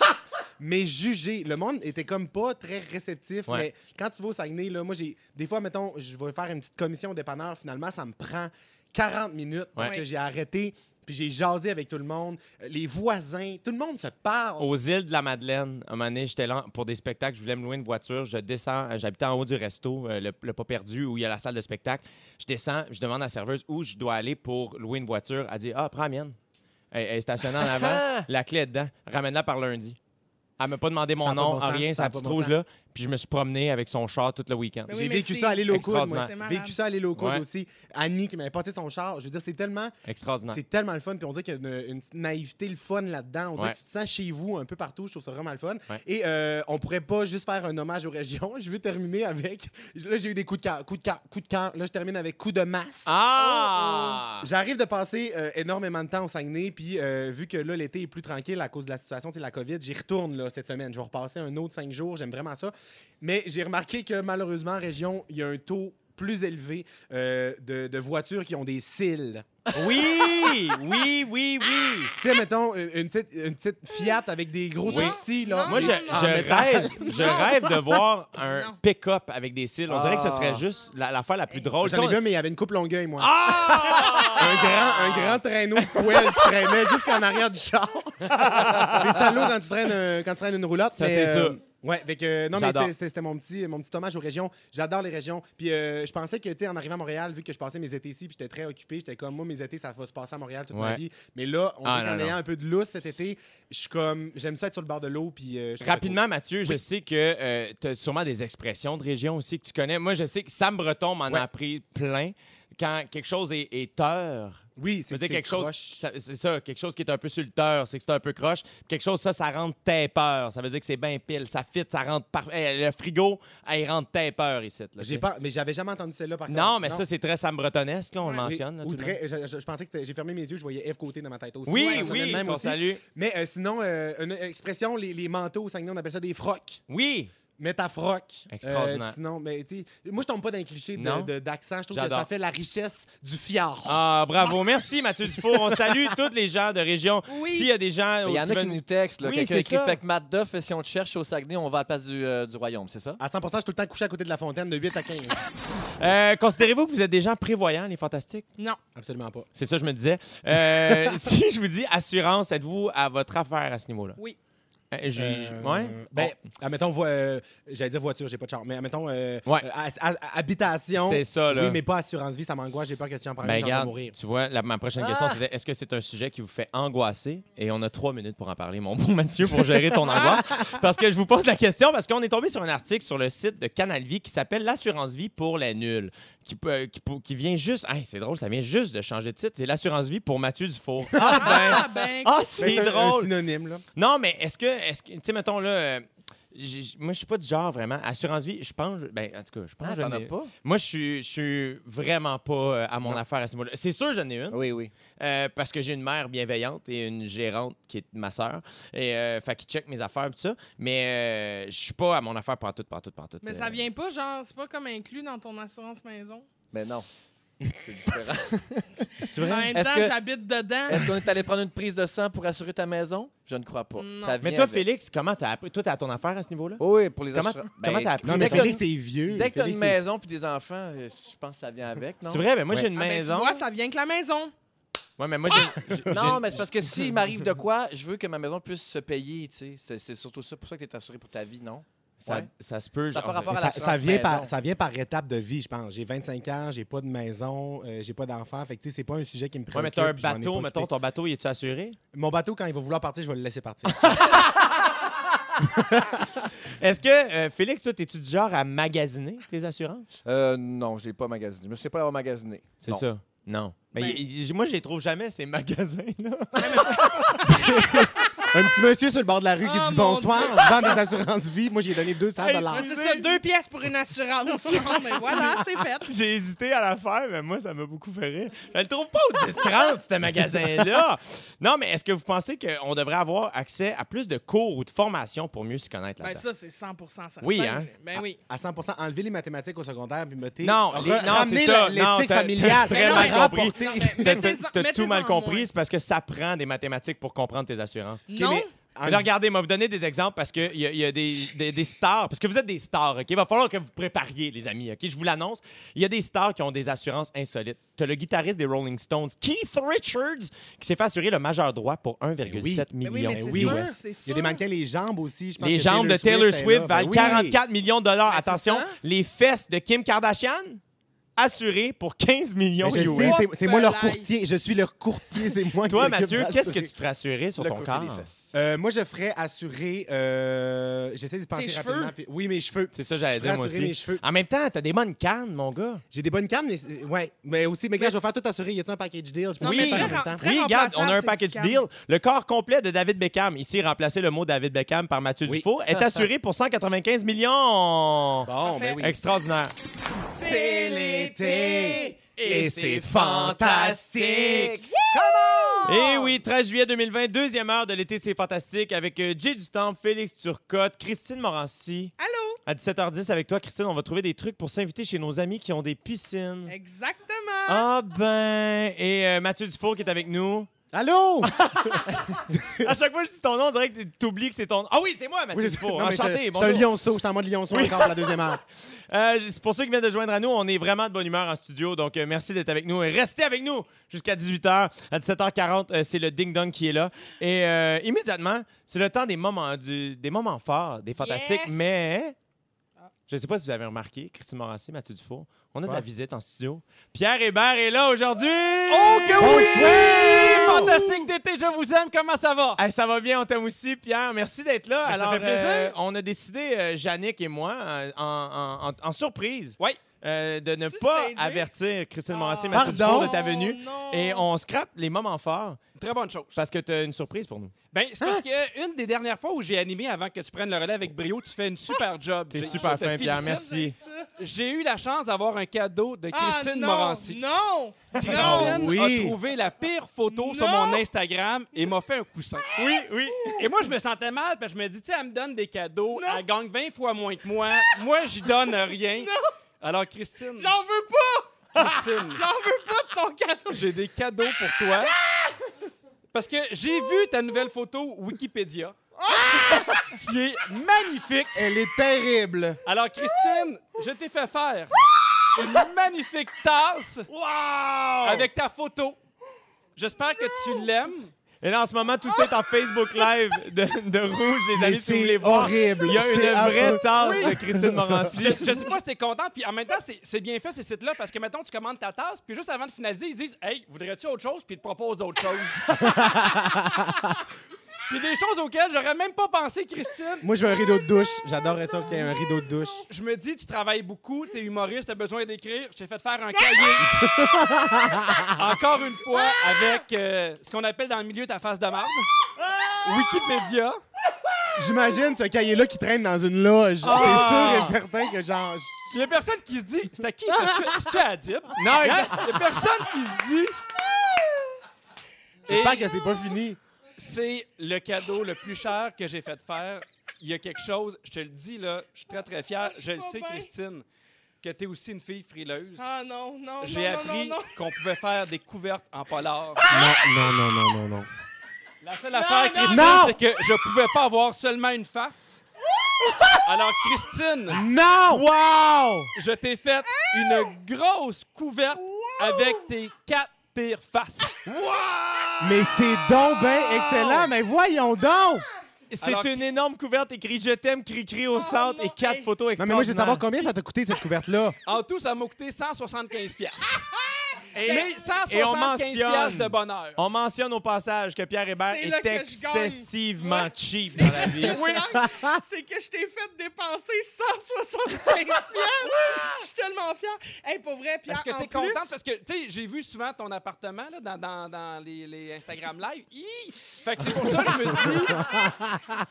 Speaker 3: Mais juger. Le monde était comme pas très réceptif.
Speaker 2: Ouais.
Speaker 3: Mais quand tu vas au Saguenay, là, moi, j'ai. Des fois, mettons, je vais faire une petite commission au dépanneur. Finalement, ça me prend 40 minutes parce
Speaker 2: Ouais.
Speaker 3: que j'ai arrêté. Puis j'ai jasé avec tout le monde, euh, les voisins, tout le monde se parle.
Speaker 2: Aux îles de la Madeleine, un moment donné, j'étais là pour des spectacles. Je voulais me louer une voiture. Je descends, euh, j'habitais en haut du resto, euh, le, le pas perdu, où il y a la salle de spectacle. Je descends, je demande à la serveuse où je dois aller pour louer une voiture. Elle dit Ah, prends la mienne. Elle, elle est stationnée en
Speaker 3: [LAUGHS]
Speaker 2: avant, la clé est dedans, ramène-la par lundi. Elle m'a pas demandé mon
Speaker 3: Ça a pas
Speaker 2: nom,
Speaker 3: bon sens,
Speaker 2: rien,
Speaker 3: ça a
Speaker 2: sa
Speaker 3: pas
Speaker 2: petite
Speaker 3: bon
Speaker 2: rouge
Speaker 3: sens.
Speaker 2: là. Puis je me suis promené avec son char tout le week-end.
Speaker 4: Mais oui,
Speaker 3: J'ai vécu
Speaker 4: c'est-
Speaker 3: ça à l'île au coude, moi.
Speaker 2: extraordinaire.
Speaker 4: C'est
Speaker 3: Vécu ça à l'île au coude
Speaker 2: Ouais.
Speaker 3: aussi. Annie qui m'avait porté son char, je veux dire, c'est tellement
Speaker 2: Extraordinaire.
Speaker 3: C'est tellement le fun. Puis on dirait qu'il y a une, une petite naïveté, le fun là-dedans. On dirait
Speaker 2: Ouais.
Speaker 3: que tu te sens chez vous un peu partout. Je trouve ça vraiment le fun.
Speaker 2: Ouais.
Speaker 3: Et euh, on pourrait pas juste faire un hommage aux régions. [LAUGHS] Je veux terminer avec. Là, j'ai eu des coups de cœur. Coups de cœur. Coups de cœur. Là, je termine avec coup de masse.
Speaker 2: Ah!
Speaker 3: J'arrive de passer euh, énormément de temps au Saguenay, puis euh, vu que là, l'été est plus tranquille à cause de la situation, c'est la COVID, j'y retourne là, cette semaine. Je vais repasser un autre cinq jours, j'aime vraiment ça. Mais j'ai remarqué que malheureusement, en région, il y a un taux plus élevé euh, de, de voitures qui ont des cils.
Speaker 2: Oui! Oui, oui, oui!
Speaker 3: Tu sais, mettons, une, une petite, une petite Fiat avec des gros
Speaker 2: Oui.
Speaker 3: sourcils, là. Ah,
Speaker 4: Non,
Speaker 2: Moi, je,
Speaker 4: non, non.
Speaker 2: je
Speaker 3: En métal.
Speaker 2: rêve, je rêve de voir un
Speaker 4: Non.
Speaker 2: pick-up avec des cils. On dirait que ce serait
Speaker 5: Ah.
Speaker 2: juste la- l'affaire la, plus drôle.
Speaker 3: J'en ai
Speaker 2: Tu sais,
Speaker 3: vu, un, mais il y avait une coupe longueuil, moi.
Speaker 2: Oh, Ah!
Speaker 3: [LAUGHS] Un grand, un grand traîneau de poêle qui traînait jusqu'en arrière
Speaker 2: [LAUGHS]
Speaker 3: du char. c'est salaud quand tu traînes, un- quand tu traînes une roulotte.
Speaker 2: Ça,
Speaker 3: mais,
Speaker 2: c'est
Speaker 3: euh,
Speaker 2: sûr.
Speaker 3: Ouais, fait que, euh, non, mais
Speaker 2: J'adore.
Speaker 3: c'était- c'était c'était mon petit, mon petit hommage aux régions. J'adore les régions. Puis euh, je pensais que, tu sais, en arrivant à Montréal, vu que je passais mes étés ici, puis j'étais très occupé, j'étais comme, moi, mes étés, ça va se passer à Montréal toute ma
Speaker 2: Ouais.
Speaker 3: vie. Mais là, on
Speaker 2: Ah,
Speaker 3: dirait qu'en
Speaker 2: non, non.
Speaker 3: ayant un peu de lousse cet été, je suis comme, j'aime ça être sur le bord de l'eau, puis euh, je trouve ça
Speaker 2: Rapidement, Mathieu, je sais que tu as sûrement des expressions de région aussi que tu connais. Moi, je sais que Sam Breton m'en a appris plein. Quand quelque chose est, est teur,
Speaker 3: cool. Oui,
Speaker 2: ça
Speaker 3: c'est
Speaker 2: veut dire
Speaker 3: c'est
Speaker 2: quelque
Speaker 3: croche.
Speaker 2: chose, ça- c'est ça, quelque chose qui est un peu sur le teur, c'est que c'est un peu croche. Quelque chose, ça, ça rentre tapeur. Ça veut dire que c'est bien pile, ça fit, ça rentre parfait. Le frigo, elle rentre tapeur ici. là, tu
Speaker 3: J'ai
Speaker 2: sais.
Speaker 3: pas, mais j'avais jamais entendu celle-là par contre.
Speaker 2: Non, mais ça, c'est très Sam Bretonesque, là, on le
Speaker 4: Ouais.
Speaker 3: Oui,
Speaker 2: mentionne. là,
Speaker 3: ou
Speaker 2: tout le monde.
Speaker 3: très- je, je- je pensais que t'es- j'ai fermé mes yeux, je voyais F côté dans ma tête aussi.
Speaker 2: Oui,
Speaker 3: Ouais, ça fait
Speaker 2: oui,
Speaker 3: le même
Speaker 2: qu'on
Speaker 3: aussi.
Speaker 2: salue.
Speaker 3: Mais euh, sinon, euh, une expression, les, les manteaux au Saguenay, on appelle ça des frocs.
Speaker 2: Oui.
Speaker 3: Mets ta froc. Euh,
Speaker 2: Extraordinaire.
Speaker 3: puis sinon, mais, tu sais, moi, je tombe pas dans les clichés de-
Speaker 2: Non.
Speaker 3: de- d'accent. je trouve que
Speaker 2: J'adore.
Speaker 3: ça fait la richesse du fjord.
Speaker 2: Ah, bravo. Merci, Mathieu Dufour. On salue tous les gens de région.
Speaker 4: Oui.
Speaker 2: S'il y a des gens.
Speaker 5: Il y en
Speaker 2: qui
Speaker 5: a qui
Speaker 2: veulent-
Speaker 5: nous textent. là.
Speaker 2: Oui,
Speaker 5: Quelqu'un
Speaker 2: c'est
Speaker 5: écrit
Speaker 2: ça.
Speaker 5: Fait que Matt Duff, si on te cherche au Saguenay, on va à la place du, euh, du royaume, c'est ça?
Speaker 3: À 100 je suis tout le temps couché à côté de la fontaine de 8 à 15.
Speaker 2: Euh, Considérez-vous que vous êtes des gens prévoyants, les fantastiques?
Speaker 4: Non.
Speaker 3: [LAUGHS] Absolument pas.
Speaker 2: C'est ça, je me disais. Euh, si je vous dis assurance, êtes-vous à votre affaire à ce niveau-là?
Speaker 4: Oui.
Speaker 2: Euh, j'ai-
Speaker 3: Euh,
Speaker 2: ouais?
Speaker 3: Ben, admettons, vo- euh, j'allais dire voiture, j'ai pas de char, mais admettons, euh,
Speaker 2: Ouais.
Speaker 3: euh, as- as- habitation.
Speaker 2: C'est ça, là.
Speaker 3: Oui, mais pas assurance vie, ça m'angoisse, j'ai peur que tu en
Speaker 2: Bon,
Speaker 3: prennes
Speaker 2: ben,
Speaker 3: une chance de
Speaker 2: regarde,
Speaker 3: mourir.
Speaker 2: tu vois, la- ma prochaine question,
Speaker 5: Ah!
Speaker 2: c'était est-ce que c'est un sujet qui vous fait angoisser? Et on a trois minutes pour en parler, mon [LAUGHS] bon Mathieu, pour gérer ton angoisse. Parce que je vous pose la question, parce qu'on est tombé sur un article sur le site de Canal Vie qui s'appelle L'assurance vie pour les nuls, qui, peut- euh, qui, peut- qui vient juste. Hey, c'est drôle, ça vient juste de changer de titre. C'est L'assurance vie pour Mathieu Dufour. Ah,
Speaker 4: Ah ben,
Speaker 2: ben, ah
Speaker 3: Ben,
Speaker 2: c'est
Speaker 3: un- Un
Speaker 2: drôle!
Speaker 3: synonyme, là.
Speaker 2: Non, mais est-ce que, est-ce que, tu sais, mettons là, euh, j'ai- j'ai- moi je suis pas du genre vraiment assurance vie. Je pense, ben en tout cas, je pense.
Speaker 5: Ah,
Speaker 2: que
Speaker 5: t'en
Speaker 2: j'en
Speaker 5: as
Speaker 2: ai-
Speaker 5: pas?
Speaker 2: Moi, je suis, je suis vraiment pas euh, à mon affaire à ce niveau-là. C'est sûr, j'en ai une
Speaker 5: Oui, oui.
Speaker 2: euh, parce que j'ai une mère bienveillante et une gérante qui est ma sœur et euh, fait qu'ils check mes affaires et tout ça. Mais euh, je suis pas à mon affaire partout, partout, partout.
Speaker 4: mais ça vient pas, genre, c'est pas comme inclus dans ton assurance maison.
Speaker 5: Mais non. C'est différent.
Speaker 2: C'est
Speaker 4: En même
Speaker 5: Est-ce
Speaker 4: temps,
Speaker 5: que-
Speaker 4: j'habite dedans.
Speaker 5: Est-ce qu'on est allé prendre une prise de sang pour assurer ta maison? Je ne crois pas.
Speaker 4: Non.
Speaker 5: Ça vient
Speaker 2: Mais toi,
Speaker 5: avec.
Speaker 2: Félix, comment t'as appris Toi, t'as ton affaire à ce niveau-là
Speaker 5: Oh oui, pour les Ben,
Speaker 2: Comment-
Speaker 5: assurances.
Speaker 2: comment t'as appris?
Speaker 3: Non, mais
Speaker 5: Dès que
Speaker 3: Félix,
Speaker 5: t'as-
Speaker 3: c'est vieux.
Speaker 5: dès que t'as une
Speaker 3: Félix, c'est-
Speaker 5: maison puis des enfants, euh, je pense que ça vient avec, non?
Speaker 2: C'est vrai, mais moi j'ai
Speaker 3: Ouais.
Speaker 2: une
Speaker 4: Ah ben, tu
Speaker 2: maison.
Speaker 4: vois, ça vient que la maison.
Speaker 2: Ouais, mais moi j'ai- j'ai.
Speaker 5: Non,
Speaker 2: j'ai-
Speaker 5: mais c'est
Speaker 2: [LAUGHS]
Speaker 5: parce que s'il m'arrive de quoi, je veux que ma maison puisse se payer, tu sais. C'est- C'est surtout ça, pour ça que t'es assuré pour ta vie, non?
Speaker 2: ça,
Speaker 5: ouais.
Speaker 2: ça se peut.
Speaker 5: Ça a pas
Speaker 2: genre- euh,
Speaker 5: rapport à
Speaker 3: Ça,
Speaker 5: l'assurance
Speaker 3: ça vient par,
Speaker 5: maison.
Speaker 3: ça vient par étape de vie, je pense. J'ai 25 ans, j'ai pas de maison, euh, j'ai pas d'enfant. Fait que, tu sais, c'est pas un sujet qui me
Speaker 2: Ouais,
Speaker 3: préoccupe.
Speaker 2: mais t'as un
Speaker 3: puis j'en ai
Speaker 2: bateau,
Speaker 3: pas
Speaker 2: mettons,
Speaker 3: occupé.
Speaker 2: ton bateau, il est-tu assuré?
Speaker 3: Mon bateau, quand il va vouloir partir, je vais le
Speaker 2: [LAUGHS]
Speaker 3: laisser partir.
Speaker 2: Est-ce que, euh, Félix, toi, t'es-tu du genre à magasiner tes assurances?
Speaker 5: Euh, non, je l'ai pas magasiné. Je me suis pas l'avoir magasiné. Non.
Speaker 2: ça. Non. Mais
Speaker 4: Ben-
Speaker 2: y- y- moi, je les trouve jamais, ces [LAUGHS] magasins-là.
Speaker 3: un petit monsieur sur le bord de la rue qui
Speaker 4: Ah,
Speaker 3: dit
Speaker 4: mon
Speaker 3: bonsoir, on se vend des assurances vie. Moi, j'ai donné 200
Speaker 2: Hey,
Speaker 3: dollars.
Speaker 4: Ah, c'est ça, deux pièces pour une assurance. Non, mais voilà, c'est fait.
Speaker 2: J'ai hésité à la faire, mais moi, ça m'a beaucoup fait rire. Je le trouve pas au 10-30, ce magasin-là. [LAUGHS] Non, mais est-ce que vous pensez qu'on devrait avoir accès à plus de cours ou de formations pour mieux s'y connaître
Speaker 4: Ben
Speaker 2: là-dedans?
Speaker 4: ça, c'est 100 certain.
Speaker 2: Oui, hein?
Speaker 4: Ben oui.
Speaker 3: À 100 enlever les mathématiques au secondaire puis mettez.
Speaker 2: Non, les- non, c'est ça. Non,
Speaker 3: l'éthique
Speaker 2: t'as-
Speaker 3: familiale.
Speaker 2: t'as très
Speaker 3: Non,
Speaker 2: mal
Speaker 3: mais
Speaker 2: compris.
Speaker 3: rapporter-
Speaker 2: [LAUGHS]
Speaker 4: Non, mais-
Speaker 2: T'as-
Speaker 4: mettez-en-
Speaker 2: T'as tout
Speaker 4: mettez-en
Speaker 2: mal
Speaker 4: moins.
Speaker 2: compris, c'est parce que ça prend des mathématiques pour comprendre tes assurances.
Speaker 3: Ok,
Speaker 4: Non?
Speaker 3: mais en-
Speaker 2: Mais là, regardez, moi, vous donner des exemples parce qu'il y a, il y a des, des- des stars. Parce que vous êtes des stars, OK? Il va falloir que vous prépariez, les amis, OK? Je vous l'annonce. Il y a des stars qui ont des assurances insolites. Tu as le guitariste des Rolling Stones, Keith Richards, qui s'est fait assurer le majeur droit pour 1,7
Speaker 4: Ben
Speaker 2: million
Speaker 4: oui, mais c'est
Speaker 3: oui,
Speaker 4: sûr,
Speaker 3: ouais.
Speaker 4: c'est
Speaker 3: Il y a des mannequins les jambes aussi. Je pense
Speaker 2: les
Speaker 3: que
Speaker 2: jambes de Taylor Swift,
Speaker 3: est là.
Speaker 2: valent
Speaker 3: Ben oui.
Speaker 2: 44 millions de dollars.
Speaker 4: c'est
Speaker 2: Attention,
Speaker 4: ça.
Speaker 2: les fesses de Kim Kardashian, assurées pour 15 millions
Speaker 3: Mais Ben, je
Speaker 2: US.
Speaker 3: sais, c'est- c'est moi leur
Speaker 4: Hospitalize.
Speaker 3: courtier. Je suis leur courtier, c'est moi qui
Speaker 2: hein. Toi,
Speaker 3: s'occupe
Speaker 2: Mathieu, qu'est-ce que
Speaker 3: d'assurer.
Speaker 2: tu te ferais assurer sur
Speaker 5: Le
Speaker 2: ton
Speaker 5: côté
Speaker 2: corps?
Speaker 5: des fesses.
Speaker 3: Euh, moi, je ferais assurer. euh, J'essaie de penser
Speaker 4: Tes cheveux?
Speaker 3: rapidement. puis- Oui, mes cheveux.
Speaker 2: C'est ça, que
Speaker 3: Je
Speaker 2: j'allais
Speaker 3: ferais
Speaker 2: dire, moi
Speaker 3: assurer
Speaker 2: aussi.
Speaker 3: mes cheveux.
Speaker 2: En même temps, t'as des bonnes cannes, mon gars.
Speaker 3: J'ai des bonnes cannes, mais euh, ouais. Mais aussi, mais gars,
Speaker 4: Mais
Speaker 3: je vais faire tout assurer. Y a-t-il un package deal? Je peux
Speaker 4: Non,
Speaker 3: tout
Speaker 2: mais
Speaker 3: faire en
Speaker 4: très
Speaker 3: même temps.
Speaker 4: rentable.
Speaker 2: Oui, regarde, on a un
Speaker 4: remplaçable,
Speaker 2: package
Speaker 4: c'est
Speaker 2: deal. Le corps complet de David Beckham, ici remplacer le mot David Beckham par Mathieu
Speaker 3: Oui.
Speaker 2: Dufault, est assuré pour 195 millions.
Speaker 3: Bon, ben oui.
Speaker 2: Extraordinaire.
Speaker 3: C'est l'été et c'est
Speaker 5: fantastique.
Speaker 2: Et oui, 13 juillet 2020, deuxième heure de l'été, c'est fantastique avec euh, Jay Dutemps, Félix Turcotte, Christine Morancy.
Speaker 4: Allô?
Speaker 2: À 17h10 avec toi, Christine, on va trouver des trucs pour s'inviter chez nos amis qui ont des piscines.
Speaker 4: Exactement.
Speaker 2: Ah ben! Et euh, Mathieu Dufour qui est avec nous. [LAUGHS]
Speaker 3: ben, Allô?
Speaker 2: Ah, À chaque fois que je dis ton nom, on dirait que t'oublies que c'est ton... Ah oui, c'est moi, Mathieu Dufour.
Speaker 3: Non, mais
Speaker 2: Enchanté,
Speaker 3: je- je suis un
Speaker 2: bonjour.
Speaker 3: lionceau. Je suis en mode lionceau encore pour la
Speaker 2: [LAUGHS]
Speaker 3: deuxième heure.
Speaker 2: Euh, j- c'est pour ceux qui viennent de joindre à nous, on est vraiment de bonne humeur en studio. Donc, euh, merci d'être avec nous et restez avec nous jusqu'à 18h. À 17h40, euh, c'est le ding-dong qui est là. Et euh, immédiatement, c'est le temps des moments, du- des moments forts, des fantastiques.
Speaker 4: Yes!
Speaker 2: Mais
Speaker 6: Ah.
Speaker 2: je ne sais pas si vous avez remarqué, Christine Morancy, Mathieu Dufour, on a de la
Speaker 3: Ouais.
Speaker 2: visite en studio. Pierre Hébert est là aujourd'hui!
Speaker 6: Oh que
Speaker 2: On
Speaker 6: oui!
Speaker 2: se fait!
Speaker 6: Fantastique d'été, je vous aime, comment ça va?
Speaker 2: Hey, ça va bien, on t'aime aussi, Pierre. Merci d'être là.
Speaker 6: Ben, ça
Speaker 2: Alors,
Speaker 6: fait plaisir.
Speaker 2: euh, on a décidé, euh, Yannick et moi, euh, en, en- en- en surprise,
Speaker 6: Oui.
Speaker 2: euh, de ne
Speaker 4: C'est-tu
Speaker 2: pas
Speaker 4: stagé?
Speaker 2: avertir Christine
Speaker 4: Ah.
Speaker 2: Morancy, Mathieu
Speaker 3: Pardon?
Speaker 2: Dufour de ta venue.
Speaker 4: Oh, non.
Speaker 2: Et on scrape les moments forts
Speaker 6: Très bonne chose.
Speaker 2: parce que tu as une surprise pour nous.
Speaker 6: Ben, c'est
Speaker 2: Hein?
Speaker 6: parce que une des dernières fois où j'ai animé avant que tu prennes le relais avec brio, tu fais une super job.
Speaker 2: Hein? T'es
Speaker 6: Jay.
Speaker 2: super
Speaker 6: Je te
Speaker 2: fin, Pierre.
Speaker 6: félicite.
Speaker 2: Merci.
Speaker 6: J'ai eu la chance d'avoir un cadeau de
Speaker 4: Ah,
Speaker 6: Christine
Speaker 4: non,
Speaker 6: Morancy.
Speaker 4: Non!
Speaker 2: Ah,
Speaker 6: Christine
Speaker 3: Non, oui.
Speaker 6: a trouvé la pire photo sur
Speaker 4: Non.
Speaker 6: mon Instagram et m'a fait un coussin.
Speaker 2: Oui, oui.
Speaker 6: Et moi, je me sentais mal parce que je me dis, tu sais, elle me donne des cadeaux, elle gagne 20 fois moins que moi, moi, j'y donne rien. Alors, Christine,
Speaker 4: J'en veux pas!
Speaker 6: Christine.
Speaker 4: J'en veux pas de ton cadeau!
Speaker 6: [LAUGHS] J'ai des cadeaux pour toi. Parce que j'ai vu ta nouvelle photo Wikipédia. qui est magnifique.
Speaker 3: Elle est terrible.
Speaker 6: Alors, Christine, je t'ai fait faire une magnifique tasse
Speaker 2: Wow!
Speaker 6: avec ta photo. J'espère que tu l'aimes.
Speaker 2: Et là, en ce moment, tout ça est en Facebook Live de, de Rouge, les
Speaker 3: Mais
Speaker 2: amis, si vous voulez
Speaker 3: c'est
Speaker 2: voir.
Speaker 3: horrible.
Speaker 2: Il y a une
Speaker 3: C'est
Speaker 2: vraie
Speaker 3: affreux.
Speaker 2: tasse de Christine Morancy.
Speaker 6: Je, je sais pas si t'es contente. Puis en même temps, c'est c'est bien fait ces sites-là parce que maintenant tu commandes ta tasse. Puis juste avant de finaliser, ils disent Hey, voudrais-tu autre chose Puis ils te proposent d'autres choses. puis des choses auxquelles j'aurais même pas pensé, Christine.
Speaker 3: Moi, je veux un rideau de douche. J'adorerais ça qu'il y ait un rideau de douche.
Speaker 6: je me dis, tu travailles beaucoup, t'es humoriste, t'as besoin d'écrire. Je t'ai fait faire un cahier. [LAUGHS] Encore une fois, avec euh, ce qu'on appelle dans le milieu ta face de marde.
Speaker 4: Ah!
Speaker 6: Wikipédia.
Speaker 3: J'imagine ce cahier-là qui traîne dans une loge.
Speaker 6: Ah!
Speaker 3: C'est sûr et certain que genre.
Speaker 6: Il y a personne qui se dit, c'est à qui ça? C'est- C'est-tu
Speaker 4: [LAUGHS]
Speaker 6: à Adib?
Speaker 2: Non,
Speaker 6: Hein? Il y a personne qui se dit.
Speaker 3: J'espère
Speaker 6: Et
Speaker 3: que c'est pas fini.
Speaker 6: c'est le cadeau le plus cher que j'ai fait faire. Il y a quelque chose, je te le dis là, je suis très très fier. Je le
Speaker 4: pas
Speaker 6: sais,
Speaker 4: bien.
Speaker 6: Christine, que t'es aussi une fille frileuse.
Speaker 4: Ah non, non,
Speaker 6: J'ai
Speaker 4: non, non,
Speaker 6: appris [LAUGHS]
Speaker 4: non, non.
Speaker 6: qu'on pouvait faire des couvertes en polar.
Speaker 3: Non, non, non, non, non.
Speaker 6: La seule affaire, Christine,
Speaker 3: non!
Speaker 6: c'est que je pouvais pas avoir seulement une face. Alors, Christine,
Speaker 3: Non!
Speaker 2: Wow!
Speaker 6: je t'ai fait une grosse couverte avec tes quatre pires faces.
Speaker 3: Mais c'est donc ben excellent, mais voyons donc!
Speaker 2: C'est
Speaker 6: Alors que-
Speaker 2: une énorme couverte écrit Je t'aime, cri-cri au centre
Speaker 4: non,
Speaker 2: et quatre
Speaker 4: hey.
Speaker 2: photos
Speaker 3: Non, mais moi, je veux
Speaker 2: extraordinaires.
Speaker 3: savoir combien ça t'a coûté, cette couverte-là.
Speaker 6: En tout, ça m'a coûté 175 piastres. Mais
Speaker 2: et on
Speaker 6: 175
Speaker 2: mentionne-
Speaker 6: piastres de bonheur.
Speaker 2: On mentionne au passage que Pierre Hébert
Speaker 4: C'est
Speaker 2: est,
Speaker 4: là que je gagne.
Speaker 2: excessivement
Speaker 4: [LAUGHS] Ouais.
Speaker 2: cheap dans la vie.
Speaker 4: Oui. C'est que je t'ai fait dépenser 175 piastres. Je suis tellement fière. Hey, pour vrai, Pierre,
Speaker 6: Est-ce que
Speaker 4: en
Speaker 6: t'es
Speaker 4: plus-
Speaker 6: contente? Parce que, tu sais, j'ai vu souvent ton appartement là, dans, dans- dans les, les Instagram Live. Hi! Fait que c'est pour ça que je me dis,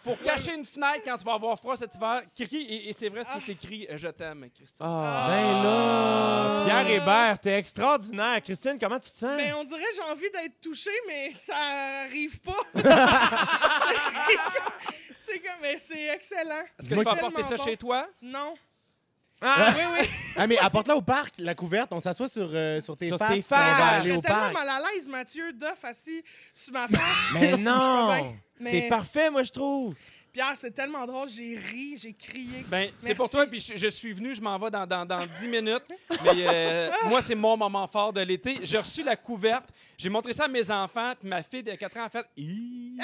Speaker 6: pour cacher une fenêtre quand tu vas avoir froid cet hiver, crie. Et, et c'est vrai ce qui est écrit, euh, je t'aime, Christine.
Speaker 3: Ben là!
Speaker 2: Pierre Hébert, t'es extraordinaire. Christine, comment tu te sens?
Speaker 4: Ah. Ben, on dirait j'ai envie d'être touchée, mais ça arrive
Speaker 6: [LAUGHS]
Speaker 4: pas. c'est comme, mais c'est excellent. C'est
Speaker 6: Est-ce que tu vas
Speaker 4: tellement
Speaker 6: apporter ça
Speaker 4: bon.
Speaker 6: chez toi?
Speaker 4: Non.
Speaker 2: Ah,
Speaker 4: Oui, oui.
Speaker 3: [LAUGHS] Ah, mais apporte-la au parc, la couverte. On s'assoit sur, euh, sur tes
Speaker 2: Sur
Speaker 3: faces.
Speaker 2: tes
Speaker 3: puis On va
Speaker 2: faces.
Speaker 4: Ah, je
Speaker 3: aller
Speaker 4: serais
Speaker 3: au
Speaker 4: tellement [LAUGHS]
Speaker 3: parc.
Speaker 4: mal à l'aise, Mathieu Duff assis sur ma face.
Speaker 2: mais
Speaker 4: Je peux
Speaker 2: non!
Speaker 4: bien.
Speaker 2: C'est
Speaker 4: Mais-
Speaker 2: parfait, moi, je trouve.
Speaker 4: Pierre, c'est tellement drôle. J'ai ri, j'ai crié.
Speaker 6: Ben, c'est pour
Speaker 4: Merci.
Speaker 6: toi, puis je, je suis venu, je m'en vais dans, dans, dans 10 minutes. Mais
Speaker 4: [LAUGHS]
Speaker 6: euh, moi, c'est mon moment fort de l'été. J'ai reçu la couverte, j'ai montré ça à mes enfants, puis ma fille de 4 ans a fait Hi!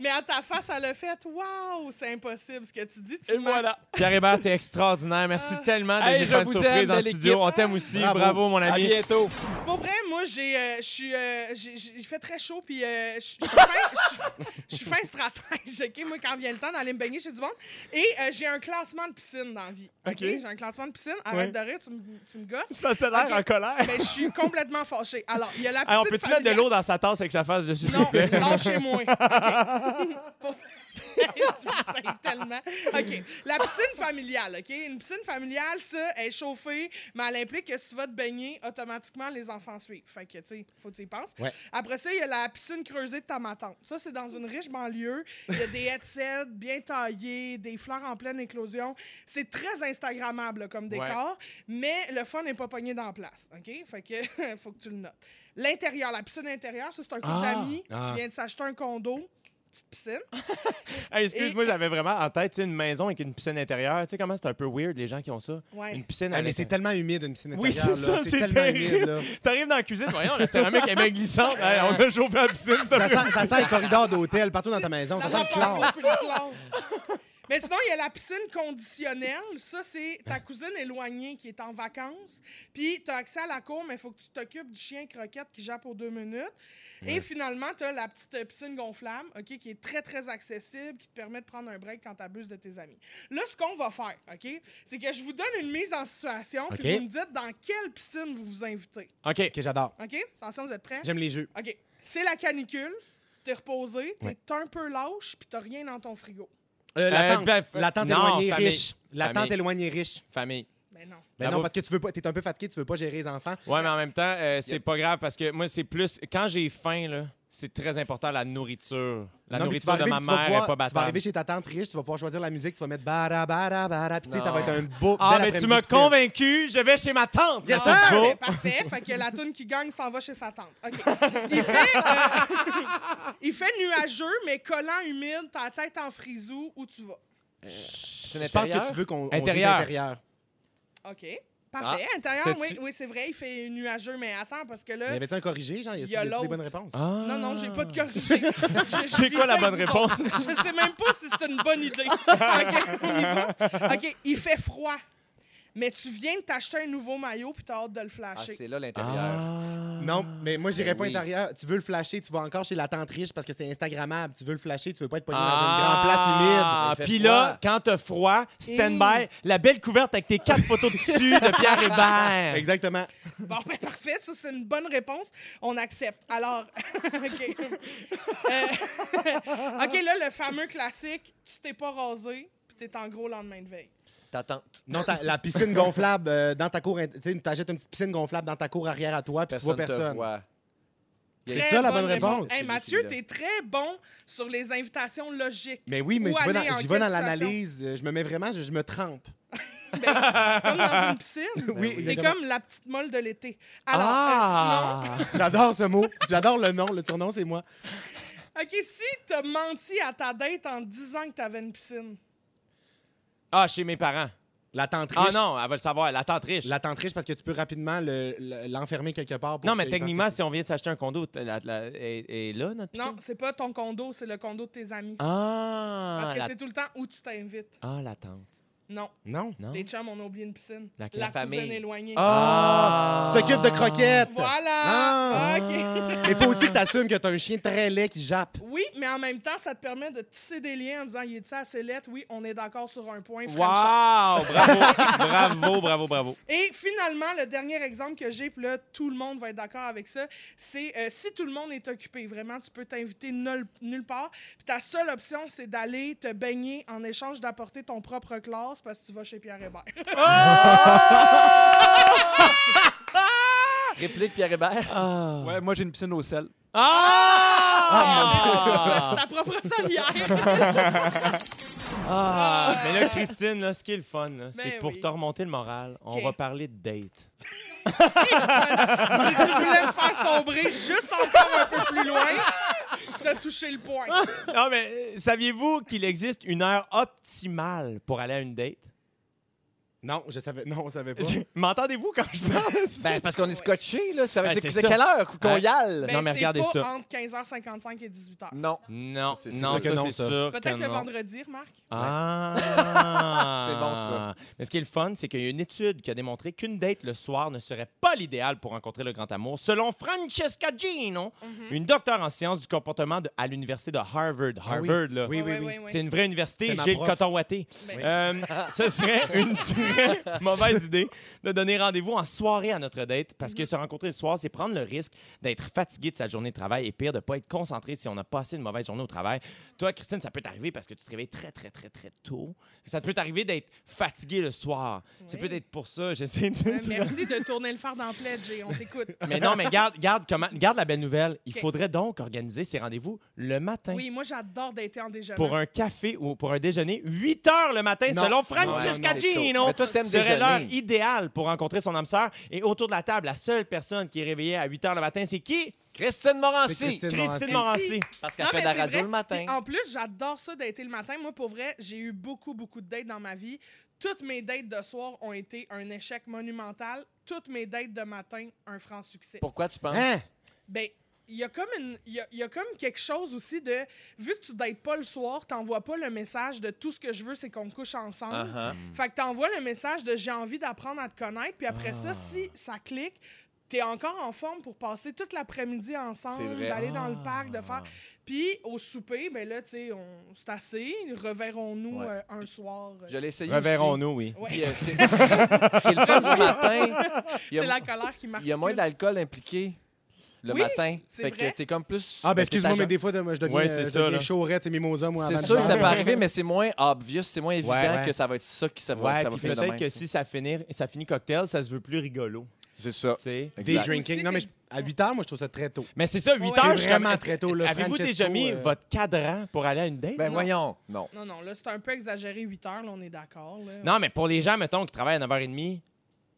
Speaker 4: Mais à ta face, elle a fait Waouh, c'est impossible ce que tu dis. Tu
Speaker 6: Et
Speaker 4: m'as-
Speaker 6: voilà.
Speaker 2: Pierre Hébert, t'es extraordinaire. Merci
Speaker 4: Ah.
Speaker 2: tellement d'être
Speaker 6: Hey,
Speaker 2: venu
Speaker 6: je
Speaker 2: faire une
Speaker 6: vous
Speaker 2: surprise
Speaker 6: aime,
Speaker 2: en
Speaker 6: belle
Speaker 2: studio.
Speaker 6: équipe.
Speaker 2: On t'aime aussi.
Speaker 3: Bravo.
Speaker 2: Bravo, mon
Speaker 6: À
Speaker 2: ami. [LAUGHS]
Speaker 6: bientôt.
Speaker 4: Pour vrai, moi, j'ai euh, je suis, euh, j'ai- j'ai- il fait très chaud, puis euh, je je suis fin- je suis- je suis fin stratège. OK? Moi, quand vient le temps d'aller me baigner chez du monde. Et euh, j'ai un classement de piscine dans la vie. OK?
Speaker 2: OK.
Speaker 4: J'ai un classement de piscine. Arrête
Speaker 2: Ouais.
Speaker 4: de rire, tu me- tu me gosses.
Speaker 2: C'est parce que t'as l'air
Speaker 4: Ok.
Speaker 2: en colère.
Speaker 4: Mais je suis complètement fâchée. Alors, il y a la piscine.
Speaker 2: Hey, on peut-tu mettre de
Speaker 4: familiale.
Speaker 2: l'eau dans sa tasse avec sa face dessus? s'il
Speaker 4: Non,
Speaker 2: te plaît?
Speaker 4: [LAUGHS] lâchez-moi. OK. [LAUGHS] Pour- Je vous haïs tellement. OK. La piscine familiale, OK? Une piscine familiale, ça, elle est chauffée, mais elle implique que si tu vas te baigner, automatiquement, les enfants suivent. Fait que, tu sais, faut que tu y penses. Après ça, il y a la piscine creusée de ta matante. Ça, c'est dans une riche banlieue. Il y a des headsets bien taillés, des fleurs en pleine éclosion. C'est très Instagrammable comme décor, mais le fun n'est pas pogné dans la place. OK? Fait que, [LAUGHS] faut que tu le notes. L'intérieur, la piscine intérieure, ça, c'est un couple
Speaker 2: Ah.
Speaker 4: d'amis
Speaker 3: Ah.
Speaker 4: qui vient de s'acheter un condo. Petite piscine.
Speaker 2: Hey, Excuse-moi, j'avais vraiment en tête tu sais, une maison avec une piscine intérieure. Tu sais comment c'est un peu weird, les gens qui ont ça?
Speaker 4: Ouais.
Speaker 2: Une piscine
Speaker 3: Ah,
Speaker 2: à
Speaker 3: mais c'est
Speaker 2: l'intérieur.
Speaker 3: tellement humide, une piscine
Speaker 2: Oui, c'est
Speaker 3: intérieure, là.
Speaker 2: ça, c'est
Speaker 3: tellement humide, là. [LAUGHS]
Speaker 2: terrible. T'arrives dans la cuisine, voyons, la céramique est bien [LAUGHS] glissante. Hey, on a chauffé la piscine, c'est un
Speaker 3: Ça
Speaker 2: peu-
Speaker 3: sent, ça sent les corridors d'hôtel partout dans ta maison. Ça
Speaker 4: La
Speaker 3: sent le
Speaker 4: maman,
Speaker 3: classe.
Speaker 4: c'est le chlore. [LAUGHS] Mais sinon, il y a la piscine conditionnelle. Ça, c'est
Speaker 3: Ah.
Speaker 4: ta cousine éloignée qui est en vacances. Puis, tu as accès à la cour, mais il faut que tu t'occupes du chien croquette qui jappe pour deux minutes. Et finalement, tu as la petite euh, piscine gonflable, OK, qui est très, très accessible, qui te permet de prendre un break quand tu abuses de tes amis. Là, ce qu'on va faire, OK, c'est que je vous donne une mise en situation,
Speaker 3: OK.
Speaker 4: puis vous me dites dans quelle piscine vous vous invitez.
Speaker 2: OK.
Speaker 3: OK, j'adore.
Speaker 4: OK? Attention, vous êtes prêts?
Speaker 3: J'aime les jeux.
Speaker 4: OK. C'est la canicule. T'es reposé, t'es un peu lâche, puis t'as rien dans ton frigo.
Speaker 3: Euh, la
Speaker 2: Euh,
Speaker 3: tente,
Speaker 2: bref,
Speaker 3: la tente
Speaker 2: non,
Speaker 3: éloignée
Speaker 2: famille.
Speaker 3: riche. La tente
Speaker 2: Famille.
Speaker 3: éloignée riche.
Speaker 2: Famille.
Speaker 4: Ben non.
Speaker 3: Mais
Speaker 2: La
Speaker 3: non,
Speaker 2: bouffe.
Speaker 3: parce que tu veux pas, t'es un peu fatigué, tu veux pas gérer les enfants.
Speaker 2: Ouais, mais en même temps, euh, c'est pas grave parce que moi, c'est plus. Quand j'ai faim, là, c'est très important la nourriture. La
Speaker 3: Non, puis tu vas
Speaker 2: nourriture de
Speaker 3: arriver,
Speaker 2: ma
Speaker 3: puis tu vas
Speaker 2: mère
Speaker 3: pouvoir-
Speaker 2: est pas
Speaker 3: Tu vas arriver
Speaker 2: battable.
Speaker 3: chez ta tante riche, tu vas pouvoir choisir la musique, tu vas mettre bara bara bara, puis tu sais, ça va être un beau.
Speaker 2: Ah,
Speaker 3: bel
Speaker 2: mais tu
Speaker 3: après-midi
Speaker 2: m'as
Speaker 3: piscine.
Speaker 2: convaincu, je vais chez ma tante. Ah,
Speaker 3: Yes,
Speaker 2: Merci
Speaker 3: sir!
Speaker 2: beaucoup.
Speaker 4: Parfait, Ah, ben parfait. Fait que la toune qui gagne s'en va chez sa tante. OK. Il fait, euh, [LAUGHS] il fait nuageux, mais collant, humide, ta tête en frisou, où tu vas.
Speaker 5: C'est
Speaker 3: Je pense que tu veux qu'on on dise
Speaker 2: Intérieur.
Speaker 3: intérieur.
Speaker 4: OK. Parfait. Intérieur,
Speaker 2: c'était-tu-
Speaker 4: oui, oui c'est vrai, il fait nuageux, mais attends, parce que
Speaker 3: Mais
Speaker 4: là...
Speaker 3: avait-tu un corrigé, genre? Y
Speaker 4: Il y a
Speaker 3: a-tu des
Speaker 4: l'autre.
Speaker 3: bonnes réponses?
Speaker 2: Ah.
Speaker 4: Non, non, j'ai pas de corrigé. Je- je
Speaker 2: C'est
Speaker 4: vis
Speaker 2: quoi la
Speaker 4: ça
Speaker 2: bonne
Speaker 4: avec vous
Speaker 2: réponse?
Speaker 4: autres. Je sais même pas si c'est une bonne
Speaker 2: [LAUGHS]
Speaker 4: idée. OK, on y va. OK, il fait froid. Mais tu viens de t'acheter un nouveau maillot puis t'as hâte de le
Speaker 5: Ah,
Speaker 4: flasher.
Speaker 5: c'est là l'intérieur.
Speaker 2: Ah.
Speaker 3: Non, mais moi, j'irais
Speaker 5: Ben
Speaker 3: pas
Speaker 5: oui.
Speaker 3: intérieur. Tu veux le flasher, tu vas encore chez la tante riche parce que c'est Instagrammable. Tu veux le flasher, tu veux pas être pogné dans une grande place humide.
Speaker 2: Ah,
Speaker 5: Il fait
Speaker 2: Puis
Speaker 5: froid.
Speaker 2: là, quand t'as froid, stand-by,
Speaker 4: Et-
Speaker 2: la belle couverte avec tes quatre photos dessus de Pierre
Speaker 3: [LAUGHS]
Speaker 2: Hébert.
Speaker 3: Exactement.
Speaker 4: Bon, ben parfait, ça c'est une bonne réponse. On accepte. Alors, [LAUGHS] OK. Euh, [LAUGHS] OK, là, le fameux classique, tu t'es pas rasé puis t'es en gros lendemain de veille.
Speaker 5: Ta tante.
Speaker 3: Non, t'as- la piscine gonflable euh, dans ta cour. int- Tu sais, t'achètes une petite piscine gonflable dans ta cour arrière à toi, puis tu vois
Speaker 5: Personne te
Speaker 3: personne.
Speaker 5: voit.
Speaker 3: C'est ça la bonne réponse.
Speaker 4: Hey,
Speaker 5: C'est lui
Speaker 4: Mathieu,
Speaker 5: qui l'a.
Speaker 4: t'es très bon sur les invitations logiques.
Speaker 3: Mais oui, mais
Speaker 4: Où
Speaker 3: j'y vais
Speaker 4: aller,
Speaker 3: dans,
Speaker 4: en
Speaker 3: j'y vais dans
Speaker 4: quelle
Speaker 3: l'analyse. euh, Je me mets vraiment, je, je me trempe.
Speaker 4: Ben, comme dans une piscine.
Speaker 3: oui,
Speaker 4: T'es
Speaker 3: exactement.
Speaker 4: comme la petite molle de l'été. Alors, euh,
Speaker 2: ah!
Speaker 3: [LAUGHS] J'adore ce mot. J'adore le nom. Le surnom, c'est moi.
Speaker 4: sinon, [LAUGHS] OK, si t'as menti à ta date en disant que t'avais une piscine,
Speaker 2: ah, chez mes parents.
Speaker 3: La tante riche.
Speaker 2: Ah non, elle va le savoir, la tante riche.
Speaker 3: La tante riche parce que tu peux rapidement le- le- l'enfermer quelque part. pour
Speaker 2: Non, mais
Speaker 3: qu'il pense
Speaker 2: techniquement,
Speaker 3: que-
Speaker 2: si on vient de s'acheter un condo, t- la- la- est est là notre piscine?
Speaker 4: non, c'est pas ton condo, c'est le condo de tes amis.
Speaker 2: Ah!
Speaker 4: Parce que
Speaker 2: la-
Speaker 4: c'est tout le temps où tu t'invites.
Speaker 2: Ah, la tante.
Speaker 4: Non,
Speaker 3: Non.
Speaker 2: Non?
Speaker 4: les chums, on a oublié une piscine.
Speaker 2: La-
Speaker 4: La,
Speaker 2: la
Speaker 4: cousine
Speaker 5: famille.
Speaker 4: éloignée.
Speaker 3: Ah! Tu t'occupes de croquettes.
Speaker 4: Ah.
Speaker 2: Ah!
Speaker 4: Voilà! Ah, OK.
Speaker 3: Mais faut aussi que t'assumes que t'as un chien très laid qui jappe.
Speaker 4: Oui, mais en même temps, ça te permet de tisser des liens en disant, il est assez lettre? Oui, on est d'accord sur un point. French
Speaker 2: Wow! Bravo! bravo, bravo, bravo.
Speaker 4: Et finalement, le dernier exemple que j'ai, puis là, tout le monde va être d'accord avec ça, c'est euh, si tout le monde est occupé, vraiment, tu peux t'inviter nul- nulle part. Puis ta seule option, c'est d'aller te baigner en échange d'apporter ton propre classe parce que tu vas chez Pierre Hébert.
Speaker 5: Réplique Pierre Hébert.
Speaker 6: Ouais, moi, j'ai une piscine au sel.
Speaker 4: [LAUGHS] c'est ta propre salière.
Speaker 2: Ah! Mais là, Christine, là, ce qui est le fun, là, c'est
Speaker 4: Ben
Speaker 2: pour
Speaker 4: oui.
Speaker 2: te remonter le moral, on
Speaker 4: OK.
Speaker 2: va parler de date.
Speaker 4: si tu voulais me faire sombrer juste encore un peu plus loin, t'as tout touché le point.
Speaker 2: Non, mais euh, saviez-vous qu'il existe une heure optimale pour aller à une date?
Speaker 3: Non, je savais, non, on savait pas.
Speaker 2: Je- [LAUGHS] M'entendez-vous quand je parle?
Speaker 5: [LAUGHS] Ben, c'est parce qu'on est scotché, là. Ça,
Speaker 2: Ben,
Speaker 5: c'est,
Speaker 2: c'est
Speaker 5: c'est
Speaker 2: ça.
Speaker 5: quelle heure qu'on
Speaker 2: Ouais.
Speaker 5: y aille?
Speaker 4: Ben,
Speaker 2: Non, mais
Speaker 4: c'est
Speaker 2: regardez
Speaker 4: pas
Speaker 2: ça.
Speaker 4: entre 15h55 et 18h.
Speaker 5: Non.
Speaker 2: Non,
Speaker 3: Ça, c'est
Speaker 2: non,
Speaker 3: sûr que
Speaker 2: ça,
Speaker 3: non,
Speaker 2: c'est
Speaker 3: ça.
Speaker 2: sûr que
Speaker 4: Peut-être le
Speaker 2: non.
Speaker 4: vendredi, remarque.
Speaker 2: Ah!
Speaker 3: Ah!
Speaker 2: [LAUGHS]
Speaker 5: C'est bon, ça.
Speaker 2: Mais ce qui est le fun, c'est qu'il y a une étude qui a démontré qu'une date le soir ne serait pas l'idéal pour rencontrer le grand amour, selon Francesca Gino, une docteure en sciences du comportement de- à l'université de Harvard.
Speaker 3: Ah oui.
Speaker 2: Harvard, là.
Speaker 3: Oui, oui,
Speaker 4: Ouais,
Speaker 3: oui.
Speaker 4: ouais, ouais,
Speaker 2: C'est
Speaker 4: ouais.
Speaker 2: une vraie université,
Speaker 3: C'est ma
Speaker 2: j'ai le
Speaker 3: prof.
Speaker 2: coton watté.
Speaker 4: Ben,
Speaker 2: Euh, ce serait
Speaker 4: [LAUGHS]
Speaker 2: une très mauvaise idée de donner rendez-vous en soirée à notre date parce
Speaker 4: Mhm.
Speaker 2: que se rencontrer le soir, c'est prendre le risque d'être fatigué de sa journée de travail et pire, de pas être concentré si on a passé une mauvaise journée au travail. Toi, Christine, ça peut t'arriver parce que tu te réveilles très, très, très, très tôt. Ça peut t'arriver d'être fatigué le soir. C'est
Speaker 4: Oui.
Speaker 2: peut-être pour ça, j'essaie de.
Speaker 4: euh, merci de tourner le phare dans le plaid, Jay. On t'écoute.
Speaker 2: [LAUGHS] Mais non, mais garde, garde, comment, garde la belle nouvelle. Il
Speaker 4: Ok.
Speaker 2: faudrait donc organiser ces rendez-vous le matin.
Speaker 4: Oui, moi, j'adore d'être en déjeuner.
Speaker 2: Pour un café ou pour un déjeuner, 8 heures le matin,
Speaker 3: Non.
Speaker 2: selon
Speaker 5: Ouais,
Speaker 2: Francesca
Speaker 5: non, c'est tôt.
Speaker 2: Gino.
Speaker 5: Mais toi, t'aimes
Speaker 2: serait
Speaker 5: déjeuner.
Speaker 2: l'heure idéale pour rencontrer son âme sœur. Et autour de la table, la seule personne qui est réveillée à 8 h le matin, c'est qui?
Speaker 5: Christine
Speaker 3: C'est
Speaker 5: Morancy.
Speaker 3: Christine
Speaker 2: Christine
Speaker 3: Morancy.
Speaker 2: Morancy.
Speaker 5: Parce qu'elle
Speaker 4: Non,
Speaker 5: fait
Speaker 4: mais
Speaker 5: de la
Speaker 4: c'est
Speaker 5: radio
Speaker 4: vrai. Ah.
Speaker 5: le matin.
Speaker 4: Puis en plus, j'adore ça d'être le matin. Moi, pour vrai, j'ai eu beaucoup, beaucoup de dates dans ma vie. Toutes mes dates de soir ont été un échec monumental. Toutes mes dates de matin, un franc succès.
Speaker 5: Pourquoi tu penses?
Speaker 3: Hein?
Speaker 4: Ben, il y, a comme une- il y, a, il y a comme quelque chose aussi de. Vu que tu dates pas le soir, t'envoies pas le message de tout ce que je veux, c'est qu'on couche ensemble.
Speaker 5: Uh-huh.
Speaker 4: Fait que t'envoies le message de j'ai envie d'apprendre à te connaître. Puis après ça,
Speaker 5: Ah.
Speaker 4: si ça clique, t'es encore en forme pour passer toute l'après-midi
Speaker 5: C'est
Speaker 4: ensemble,
Speaker 5: vrai. Ah.
Speaker 4: d'aller dans le parc, de faire. Puis au souper, ben là, tu sais, on... c'est assez. Reverrons-nous
Speaker 5: Ouais.
Speaker 4: euh, un soir. euh.
Speaker 5: Je l'ai essayé aussi.
Speaker 2: Reverrons-nous, oui.
Speaker 4: Ouais.
Speaker 5: Puis, euh, ce qui est ce qui est le fun du matin, il y a-
Speaker 4: C'est la colère qui marche.
Speaker 5: il y a moins d'alcool impliqué le
Speaker 4: Oui,
Speaker 5: matin.
Speaker 4: c'est
Speaker 5: Fait
Speaker 4: vrai.
Speaker 5: que t'es comme plus...
Speaker 3: Ah, ben
Speaker 5: ben, t'es à
Speaker 3: excuse-moi, mais
Speaker 5: jeun.
Speaker 3: des fois, de- moi, je deviens,
Speaker 2: Ouais,
Speaker 3: ouais,
Speaker 2: c'est
Speaker 3: c'est
Speaker 2: ça, là.
Speaker 3: chaudrette et mimosa, moi, avant
Speaker 5: C'est
Speaker 3: de
Speaker 5: sûr que ça
Speaker 3: faire.
Speaker 5: peut arriver, mais c'est moins obvious, c'est moins évident
Speaker 3: ouais.
Speaker 5: que ça va être ça qui ça va,
Speaker 2: Ouais,
Speaker 5: ça va
Speaker 2: puis
Speaker 5: finir de
Speaker 2: peut-être
Speaker 5: même,
Speaker 2: que
Speaker 5: tu
Speaker 2: si ça finit, ça finit cocktail, ça se veut plus rigolo.
Speaker 5: C'est ça.
Speaker 2: tu sais.
Speaker 3: Day
Speaker 5: Exact.
Speaker 3: drinking.
Speaker 4: Aussi,
Speaker 3: Non, mais
Speaker 4: t'es-
Speaker 3: je- à 8 heures, moi, je trouve ça très tôt.
Speaker 2: Mais c'est ça, 8
Speaker 4: Ouais.
Speaker 2: heures,
Speaker 3: C'est
Speaker 2: je comme-
Speaker 3: vraiment très tôt, là.
Speaker 2: Avez-vous
Speaker 3: Francesco,
Speaker 2: déjà mis
Speaker 3: euh,
Speaker 2: votre cadran pour aller à une date?
Speaker 5: Ben voyons. Non.
Speaker 4: Non, non, là, c'est un peu exagéré, 8 heures, là, on est d'accord. là.
Speaker 2: Non, mais pour les gens, mettons, qui travaillent à 9h30, tu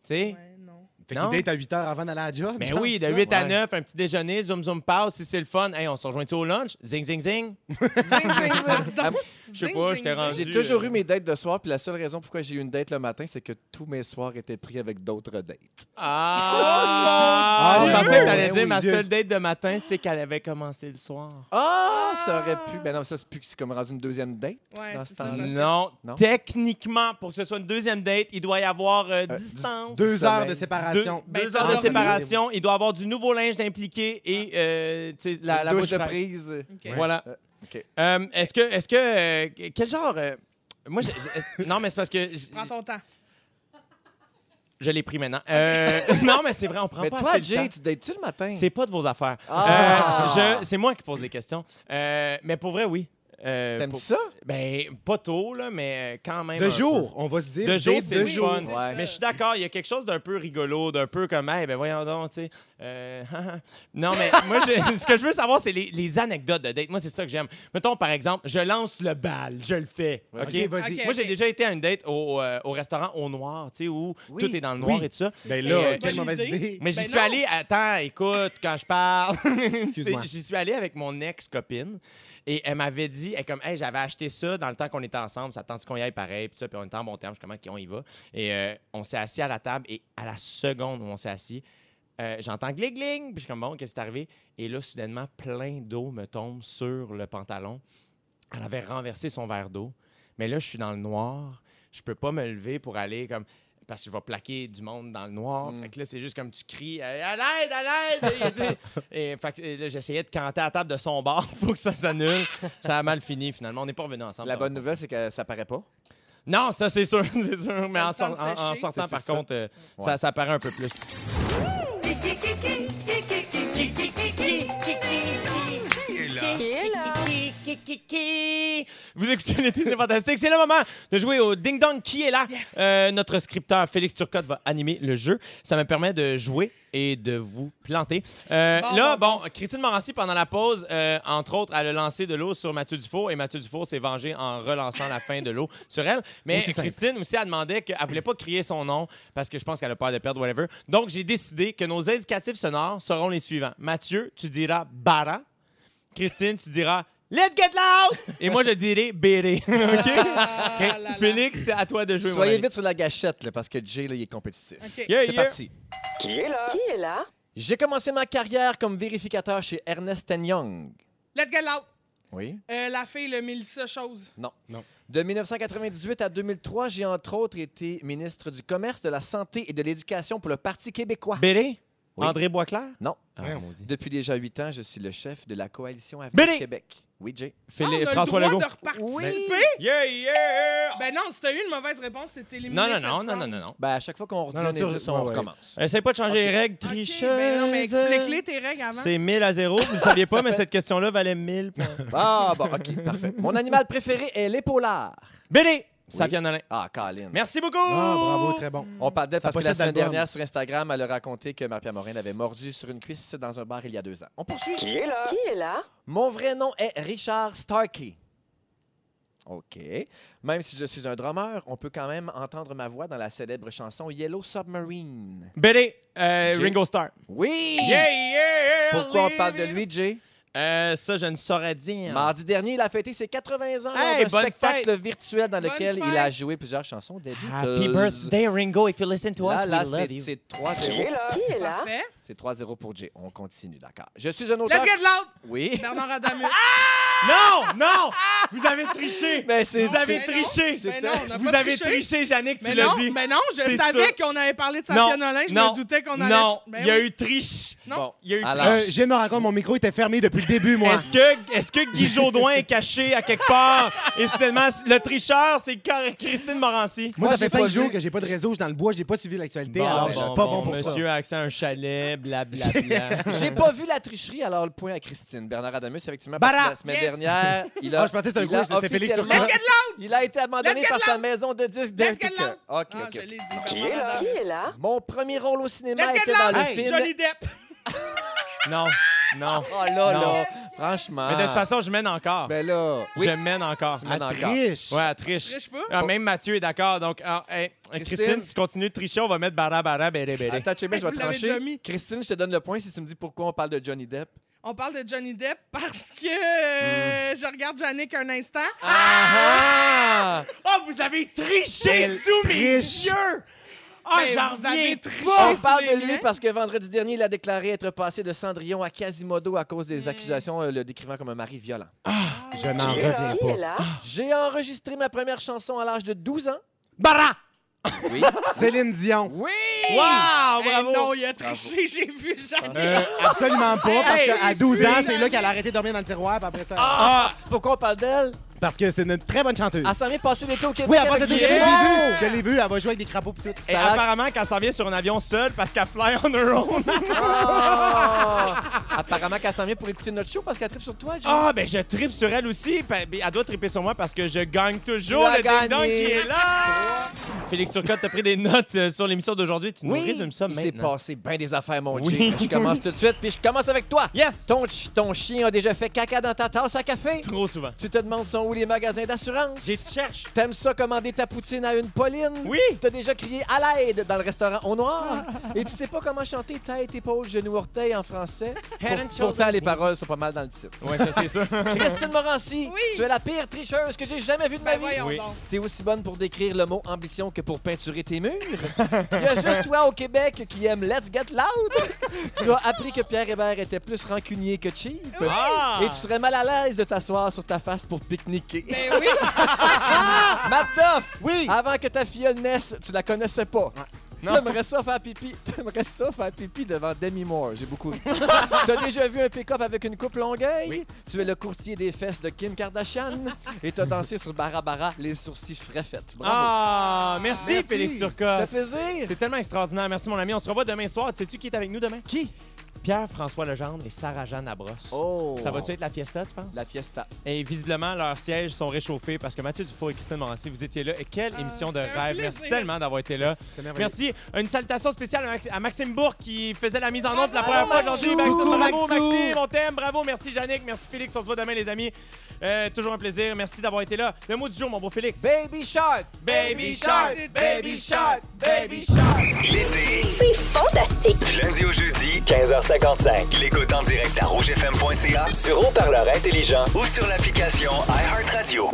Speaker 2: sais.
Speaker 4: Ouais, non.
Speaker 3: Fait
Speaker 2: Non.
Speaker 3: qu'il date à 8 heures avant d'aller à la job.
Speaker 2: [LAUGHS] Mais
Speaker 3: genre,
Speaker 2: oui, de
Speaker 3: ça.
Speaker 2: 8 à
Speaker 5: Ouais.
Speaker 2: 9, un petit déjeuner, zoom zoom passe, si c'est le fun, hey, on se rejoint-tu au lunch? Zing zing zing.
Speaker 5: [LAUGHS] Ah,
Speaker 2: Je sais
Speaker 4: Zing,
Speaker 2: pas,
Speaker 4: zing,
Speaker 2: je t'ai
Speaker 4: zing.
Speaker 2: rendu.
Speaker 5: J'ai toujours eu mes dates de soir, puis la seule raison pourquoi j'ai eu une date le matin, c'est que tous mes soirs étaient pris avec d'autres dates.
Speaker 2: Oh Ah!
Speaker 3: Oh mon
Speaker 2: je
Speaker 3: Dieu!
Speaker 2: pensais que t'allais
Speaker 3: Oh
Speaker 2: dire
Speaker 3: mon
Speaker 2: ma
Speaker 3: Dieu.
Speaker 2: seule date de matin, c'est qu'elle avait commencé le soir.
Speaker 5: Ah, ça aurait pu. Ben non, ça c'est plus que c'est comme rendu une deuxième date.
Speaker 4: Ouais,
Speaker 5: dans
Speaker 4: c'est
Speaker 5: ce
Speaker 4: ça,
Speaker 5: temps-là.
Speaker 4: parce que-
Speaker 2: Non,
Speaker 5: Ah, Non.
Speaker 2: techniquement, pour que ce soit une deuxième date, il doit y avoir euh, distance.
Speaker 3: Deux heures de
Speaker 5: Sommeil.
Speaker 2: Deux,
Speaker 3: séparation.
Speaker 4: Ben,
Speaker 2: deux heures de
Speaker 4: entre-
Speaker 2: séparation, il doit avoir du nouveau linge d'impliqué et euh, tu sais, la, la
Speaker 5: Douche
Speaker 2: bouche
Speaker 5: de
Speaker 2: fraîche.
Speaker 5: prise.
Speaker 4: Ok.
Speaker 2: Voilà.
Speaker 5: Euh, OK.
Speaker 2: Euh, est-ce que, est-ce que, euh, quel genre euh, Moi, j'ai- j'ai- non, mais c'est parce que j'-
Speaker 4: Prends ton temps.
Speaker 2: je l'ai pris maintenant. Euh, non, mais c'est vrai, on prend
Speaker 5: Mais
Speaker 2: pas
Speaker 5: toi,
Speaker 2: assez le temps.
Speaker 5: Jay, tu dates-tu le matin?
Speaker 2: C'est pas de vos affaires.
Speaker 5: Ah!
Speaker 2: Euh, je- c'est moi qui pose des questions. Euh, mais pour vrai, oui. Euh,
Speaker 5: T'aimes
Speaker 2: pour-
Speaker 5: ça?
Speaker 2: Ben, pas tôt, là, mais euh, quand même. un
Speaker 3: De
Speaker 2: peu.
Speaker 3: jour, on va se dire.
Speaker 2: De jour,
Speaker 3: date
Speaker 2: c'est le
Speaker 3: de jour.
Speaker 2: fun.
Speaker 5: Ouais.
Speaker 2: Mais je suis d'accord, il y a quelque chose d'un peu rigolo, d'un peu comme, eh ben voyons donc, tu sais. Euh, [LAUGHS] non, mais moi, je- ce que je veux savoir, c'est les, les anecdotes de date. Moi, c'est ça que j'aime. Mettons, par exemple, je lance le bal, je le fais. OK?
Speaker 3: OK, vas-y.
Speaker 4: Ok.
Speaker 2: Moi, j'ai déjà été à une date au, euh, au restaurant au noir, tu sais, où
Speaker 5: Oui.
Speaker 2: tout est dans le noir
Speaker 3: Oui.
Speaker 2: et tout ça.
Speaker 3: Ben
Speaker 2: Et, euh,
Speaker 3: là, quelle
Speaker 4: bonne
Speaker 3: mauvaise
Speaker 4: idée.
Speaker 3: idée.
Speaker 2: Mais j'y
Speaker 4: Ben
Speaker 2: suis
Speaker 4: non.
Speaker 2: allé, attends, écoute, quand je parle, [LAUGHS]
Speaker 3: Excuse-moi.
Speaker 2: c'est- j'y suis allé avec mon ex-copine et elle m'avait dit, elle comme, hey, j'avais acheté ça dans le temps qu'on était ensemble, ça tente qu'on y aille pareil, puis ça, puis on était en bon terme, je suis comme, OK, on y va. Et euh, on s'est assis à la table et à la seconde où on s'est assis, euh, j'entends gling gling, puis je suis comme, bon, qu'est-ce qui est arrivé? Et là, soudainement, plein d'eau me tombe sur le pantalon. Elle avait renversé son verre d'eau, mais là, je suis dans le noir, je peux pas me lever pour aller comme parce que je vais plaquer du monde dans le noir. Fait que là, c'est juste comme tu cries euh, à l'aide, à l'aide. Et, tu sais, et, fait que, euh, là, j'essayais de canter à la table de son bar [LAUGHS] pour que ça s'annule. Ça a mal fini finalement. On n'est pas revenus ensemble.
Speaker 5: La bonne nouvelle, c'est que ça paraît pas.
Speaker 2: Non, ça c'est sûr, [LAUGHS] c'est sûr. Mais en,
Speaker 4: le temps de
Speaker 2: sor- en- en
Speaker 4: sécher.
Speaker 2: sortant,
Speaker 5: C'est-
Speaker 2: par
Speaker 5: c'est
Speaker 2: contre, euh,
Speaker 5: Ouais.
Speaker 2: ça, ça paraît un peu plus. Vous écoutez l'été, c'est fantastique. C'est le moment de jouer au Ding Dong qui est là. Euh, notre scripteur Félix Turcotte va animer le jeu. Ça me permet de jouer et de vous planter. Euh,
Speaker 4: Bon,
Speaker 2: là,
Speaker 4: bon,
Speaker 2: bon, Christine Morancy, pendant la pause, euh, entre autres, elle a lancé de l'eau sur Mathieu Dufour et Mathieu Dufour s'est vengé en relançant la fin de l'eau sur elle. Mais
Speaker 3: Aussi simple.
Speaker 2: Christine aussi, elle demandait qu'elle voulait pas crier son nom parce que je pense qu'elle a peur de perdre whatever. Donc, j'ai décidé que nos indicatifs sonores seront les suivants. Mathieu, tu diras bara. Christine, tu diras Let's get loud! Et moi, je dirai BD. [LAUGHS] OK?
Speaker 4: Ah, là, là.
Speaker 2: Félix, c'est à toi de jouer. mon
Speaker 5: Soyez
Speaker 2: ami.
Speaker 5: vite sur la gâchette, là, parce que Jay, là, il est compétitif.
Speaker 4: OK.
Speaker 2: Yeah,
Speaker 5: C'est
Speaker 2: yeah.
Speaker 5: parti.
Speaker 1: Qui est là?
Speaker 7: Qui est là?
Speaker 5: J'ai commencé ma carrière comme vérificateur chez Ernest Young.
Speaker 4: Let's get loud.
Speaker 5: Oui.
Speaker 4: Euh, la fille, le Mélissa Chose.
Speaker 5: Non.
Speaker 2: Non.
Speaker 5: De 1998 à 2003, j'ai entre autres été ministre du Commerce, de la Santé et de l'Éducation pour le Parti québécois.
Speaker 2: BD?
Speaker 5: Oui.
Speaker 2: André Boisclair?
Speaker 5: Non.
Speaker 2: Ah,
Speaker 3: Voyons.
Speaker 2: maudit.
Speaker 5: Depuis déjà huit ans, je suis le chef de la coalition Avenir
Speaker 2: Billy!
Speaker 5: Québec. Oui, Jay.
Speaker 4: Ah,
Speaker 2: Félix-
Speaker 4: on a
Speaker 2: François
Speaker 4: le
Speaker 2: Legault.
Speaker 4: droit de reparticiper?
Speaker 2: Yeah, yeah!
Speaker 4: Ben non, si t'as eu une mauvaise réponse, t'es éliminé.
Speaker 2: Non, non,
Speaker 4: tu
Speaker 2: non,
Speaker 4: te
Speaker 2: non, non,
Speaker 4: rends.
Speaker 2: non, non.
Speaker 5: Ben, à chaque fois qu'on
Speaker 3: Non, non,
Speaker 5: retourne les
Speaker 3: tu-
Speaker 5: dix, on
Speaker 3: ouais, ouais.
Speaker 5: recommence.
Speaker 2: Essaye pas de changer les règles,
Speaker 4: OK,
Speaker 2: tricheuse.
Speaker 4: ben non, mais explique-les tes règles avant.
Speaker 2: C'est 1000 à
Speaker 4: [LAUGHS]
Speaker 2: 0. Vous le saviez pas, mais cette question-là valait 1000 points.
Speaker 5: Ah, bon, OK, parfait. Mon animal préféré est l'épaulard.
Speaker 2: BD! Safia Nolin.
Speaker 5: Ah, Colin.
Speaker 2: Merci beaucoup!
Speaker 3: Ah, bravo, très bon.
Speaker 5: On parlait parce que la
Speaker 3: possède
Speaker 5: semaine
Speaker 3: l'album.
Speaker 5: dernière sur Instagram, elle a raconté que Marie-Pierre Morin l'avait mordu sur une cuisse dans un bar il y a deux ans. On poursuit.
Speaker 1: Qui est là?
Speaker 7: Qui est là?
Speaker 5: Mon vrai nom est Richard Starkey. OK. Même si je suis un drummer, on peut quand même entendre ma voix dans la célèbre chanson Yellow Submarine.
Speaker 2: BD, euh,
Speaker 5: Jay.
Speaker 2: Ringo Starr.
Speaker 5: Oui!
Speaker 2: Yeah, yeah!
Speaker 5: Pourquoi on parle de
Speaker 2: leave it.
Speaker 5: lui, Jay?
Speaker 2: Euh, ça, je ne saurais dire.
Speaker 5: Mardi dernier, il a fêté ses 80 ans
Speaker 2: Hey,
Speaker 5: lors d'un
Speaker 2: bonne
Speaker 5: spectacle
Speaker 2: fête!
Speaker 5: virtuel dans
Speaker 4: Bonne
Speaker 5: lequel
Speaker 4: fête!
Speaker 5: il a joué plusieurs chansons des
Speaker 2: Happy
Speaker 5: Beatles.
Speaker 2: birthday, Ringo. If you listen to us,
Speaker 5: Là, là,
Speaker 2: we love
Speaker 5: c'est
Speaker 2: you.
Speaker 5: c'est
Speaker 1: Qui est
Speaker 5: 3-0.
Speaker 1: là?
Speaker 7: Qui est là?
Speaker 4: Parfait.
Speaker 5: C'est 3-0 pour Jay. On continue, d'accord. Je suis un auteur...
Speaker 4: Let's get loud!
Speaker 5: Oui.
Speaker 4: Bernard Adamus. [LAUGHS]
Speaker 2: Non, non! Vous avez triché!
Speaker 5: Mais Ben, c'est...
Speaker 2: Vous avez
Speaker 4: mais non.
Speaker 2: triché!
Speaker 4: Mais Ben non, on n'a
Speaker 2: Vous
Speaker 4: pas
Speaker 2: avez
Speaker 4: triché.
Speaker 2: triché, Yannick, tu
Speaker 4: mais,
Speaker 2: l'as
Speaker 4: non,
Speaker 2: dit.
Speaker 4: mais non, je
Speaker 2: C'est
Speaker 4: savais
Speaker 2: sûr.
Speaker 4: qu'on avait parlé de Safia Nolin. Je me doutais qu'on allait...
Speaker 2: Non,
Speaker 4: Ben
Speaker 2: il y a
Speaker 4: oui.
Speaker 2: eu triche.
Speaker 4: Non.
Speaker 2: Bon, il y a eu
Speaker 5: Alors,
Speaker 2: triche.
Speaker 3: Euh, je viens de me rendre compte, mon micro était fermé depuis le début, moi.
Speaker 2: Ah. Est-ce que, est que Guy Jodoin est caché à quelque part? Et soudainement, le tricheur, c'est Car- Christine Morancy.
Speaker 3: Moi,
Speaker 5: Moi,
Speaker 3: ça fait
Speaker 5: j'ai
Speaker 3: cinq
Speaker 5: pas
Speaker 3: jours
Speaker 5: vu.
Speaker 3: que j'ai pas de réseau, je suis dans le bois, j'ai pas suivi l'actualité,
Speaker 2: Bon,
Speaker 3: alors je suis pas bon pour
Speaker 2: Monsieur a accès à un chalet, blablabla.
Speaker 5: [LAUGHS] J'ai pas vu la tricherie, alors le point à Christine. Bernard Adamus, effectivement, parce que
Speaker 3: Bara!
Speaker 5: la semaine
Speaker 4: Yes! [LAUGHS]
Speaker 5: dernière, il a.
Speaker 3: Ah, je pensais que c'était un
Speaker 5: il a
Speaker 3: quiz, c'était Félix
Speaker 5: officiellement-
Speaker 3: Turcotte. Let's
Speaker 5: Il a été abandonné
Speaker 4: Let's get
Speaker 5: par sa maison de disques
Speaker 4: Let's get
Speaker 5: d'Indica.
Speaker 4: loud!
Speaker 5: OK,
Speaker 4: Ah,
Speaker 5: OK,
Speaker 4: je
Speaker 5: OK.
Speaker 4: l'ai dit.
Speaker 1: Qui
Speaker 4: Bernard
Speaker 1: est là?
Speaker 4: Adamus.
Speaker 7: Qui est là?
Speaker 5: Mon premier rôle au cinéma
Speaker 4: Let's get
Speaker 5: était dans
Speaker 4: loud!
Speaker 5: le
Speaker 4: Hey,
Speaker 5: film.
Speaker 4: Johnny Depp.
Speaker 2: non, non.
Speaker 5: Oh là
Speaker 2: Non.
Speaker 5: là, franchement.
Speaker 2: Mais de toute façon, je mène encore.
Speaker 5: Ben là, oui.
Speaker 2: Je mène encore.
Speaker 5: Tu
Speaker 3: Ah,
Speaker 5: mènes encore.
Speaker 3: triche.
Speaker 2: Ouais, elle triche.
Speaker 4: Triche pas.
Speaker 2: Ah, même Mathieu est d'accord. Donc, ah, hey, Christine,
Speaker 5: Christine,
Speaker 2: si tu continues de tricher, on va mettre bara bara béré béré.
Speaker 5: Attends, chez moi, je vais
Speaker 4: Vous l'avez déjà mis.
Speaker 5: trancher. Christine, je te donne le point si tu me dis pourquoi on parle de Johnny Depp.
Speaker 4: On parle de Johnny Depp parce que
Speaker 2: Hmm.
Speaker 4: euh, je regarde Yannick un instant.
Speaker 5: Ah! ah!
Speaker 2: Oh, vous avez triché
Speaker 3: Elle
Speaker 2: sous mes
Speaker 3: triche.
Speaker 2: yeux! Ah,
Speaker 4: Ben,
Speaker 2: j'en
Speaker 4: vous avez
Speaker 2: reviens
Speaker 4: triché.
Speaker 2: pas!
Speaker 5: On parle
Speaker 4: c'est
Speaker 5: de lui
Speaker 4: vrai.
Speaker 5: parce que vendredi dernier, il a déclaré être passé de Cendrillon à Quasimodo à cause des accusations euh, le décrivant comme un mari violent.
Speaker 3: Je n'en
Speaker 7: Qui est
Speaker 3: reviens pas.
Speaker 7: là?
Speaker 5: J'ai enregistré ma première chanson à l'âge de 12 ans.
Speaker 3: Bara!
Speaker 5: Oui.
Speaker 3: Céline Dion.
Speaker 5: Oui!
Speaker 2: Wow,
Speaker 4: Hey,
Speaker 2: bravo!
Speaker 4: non, il a triché, [LAUGHS] j'ai vu Yannick.
Speaker 3: Euh, absolument pas, parce
Speaker 2: Hey,
Speaker 3: qu'à 12
Speaker 2: c'est-
Speaker 3: ans, c'est là qu'elle a arrêté de dormir dans le tiroir, puis après ça.
Speaker 5: Ah! Pourquoi on parle d'elle?
Speaker 3: Parce que c'est une très bonne chanteuse.
Speaker 2: Ah,
Speaker 5: Elle s'en vient passer l'été au Québec.
Speaker 3: Oui, elle va
Speaker 5: avec
Speaker 3: se dire, je
Speaker 5: ses
Speaker 3: l'ai
Speaker 5: cheveux.
Speaker 3: vu. Je l'ai vu, elle va jouer avec des crapauds pis tout.
Speaker 2: Et
Speaker 5: Ça-
Speaker 2: apparemment qu'elle s'en vient sur un avion seule parce qu'elle fly on her own.
Speaker 5: Ah! Apparemment qu'elle s'en vient pour écouter notre show parce qu'elle tripe sur toi, Jay.
Speaker 2: [LAUGHS] Ah, ben je tripe sur elle aussi. Ben, ben, Elle doit triper sur moi parce que je gagne toujours
Speaker 5: Tu
Speaker 2: le
Speaker 5: as
Speaker 2: ding-dong
Speaker 5: gagné.
Speaker 2: qui est là! Félix Turcotte, t'as pris des notes euh, sur l'émission d'aujourd'hui. Tu nous résumes ça
Speaker 5: il s'est
Speaker 2: maintenant.
Speaker 5: passé bien des affaires, mon
Speaker 2: Oui.
Speaker 5: Jay. Je commence tout de suite, puis je commence avec toi.
Speaker 2: Yes!
Speaker 5: Ton, ch- ton chien a déjà fait caca dans ta tasse à café.
Speaker 2: Trop souvent.
Speaker 5: Tu te demandes sont où les magasins d'assurance.
Speaker 2: J'ai cherche.
Speaker 5: T'aimes ça commander ta poutine à une Pauline?
Speaker 2: Oui.
Speaker 5: [LAUGHS] T'as déjà crié à l'aide dans le restaurant au noir? Et tu sais pas comment chanter tête, épaule, genou, orteil en français?
Speaker 2: Head and
Speaker 5: Pour-
Speaker 2: shoulders.
Speaker 5: pourtant, les paroles sont pas mal dans le titre.
Speaker 2: Ouais, ça c'est [LAUGHS] sûr.
Speaker 5: Christine Morancy,
Speaker 4: Oui.
Speaker 5: tu es la pire tricheuse que j'ai jamais vue de ma
Speaker 4: Ben
Speaker 5: vie.
Speaker 4: voyons
Speaker 2: Oui.
Speaker 4: donc.
Speaker 5: T'es aussi bonne pour décrire le mot ambition que pour peinturer tes
Speaker 2: [LAUGHS]
Speaker 5: murs. Il y a juste toi au Québec qui aime Let's Get Loud. tu as appris que Pierre Hébert était plus rancunier que cheap.
Speaker 2: Ah!
Speaker 5: Et tu serais mal à l'aise de t'asseoir sur ta face pour pique-niquer.
Speaker 4: Ben oui,
Speaker 5: [LAUGHS] Matt Duff!
Speaker 3: Oui.
Speaker 5: Avant que ta filleule naisse, tu la connaissais pas.
Speaker 2: Non.
Speaker 5: T'aimerais ça faire pipi. T'aimerais ça faire pipi devant Demi Moore. J'ai beaucoup ri. [LAUGHS] t'as déjà vu un pick-up avec une coupe longueuil? Tu es le courtier des fesses de Kim Kardashian. Et t'as dansé sur Barabara, les sourcils frais faits. Bravo.
Speaker 2: Ah, merci,
Speaker 3: Merci.
Speaker 2: Félix
Speaker 5: T'as
Speaker 2: Turcotte.
Speaker 5: plaisir?
Speaker 2: C'est tellement extraordinaire. Merci, mon ami. On se revoit demain soir. Tu Sais-tu qui est avec nous demain?
Speaker 5: Qui?
Speaker 2: Pierre-François Legendre et Sarah-Jeanne Labrosse.
Speaker 5: Oh!
Speaker 2: Ça va-tu être la fiesta, tu penses?
Speaker 5: La fiesta.
Speaker 2: Et visiblement, leurs sièges sont réchauffés parce que Mathieu Dufour et Christine Morancy, vous étiez là. Et quelle
Speaker 4: Ah,
Speaker 2: émission de
Speaker 4: c'était un
Speaker 2: rêve.
Speaker 4: plaisir. Ah
Speaker 2: Merci tellement d'avoir été là.
Speaker 3: C'était merveilleux.
Speaker 2: Merci. Une salutation spéciale à Max- à Maxime Bourg qui faisait la mise en
Speaker 4: Ah,
Speaker 2: onde pour la première
Speaker 5: Bravo,
Speaker 2: fois aujourd'hui.
Speaker 5: Maxou!
Speaker 2: Maxime, bravo,
Speaker 5: Maxou!
Speaker 2: Maxime, on t'aime. Bravo, merci, Yannick. Merci, Félix. On se voit demain, les amis. Euh, toujours un plaisir. Merci d'avoir été là. Le mot du jour, mon beau Félix.
Speaker 5: Baby Shark!
Speaker 2: Baby Shark,
Speaker 5: Baby Shark! Baby Shark!
Speaker 7: C'est fantastique!
Speaker 8: Du lundi au jeudi,
Speaker 7: 15h55. L'écoute en direct à rougefm.ca, sur haut-parleur intelligent ou sur l'application iHeartRadio.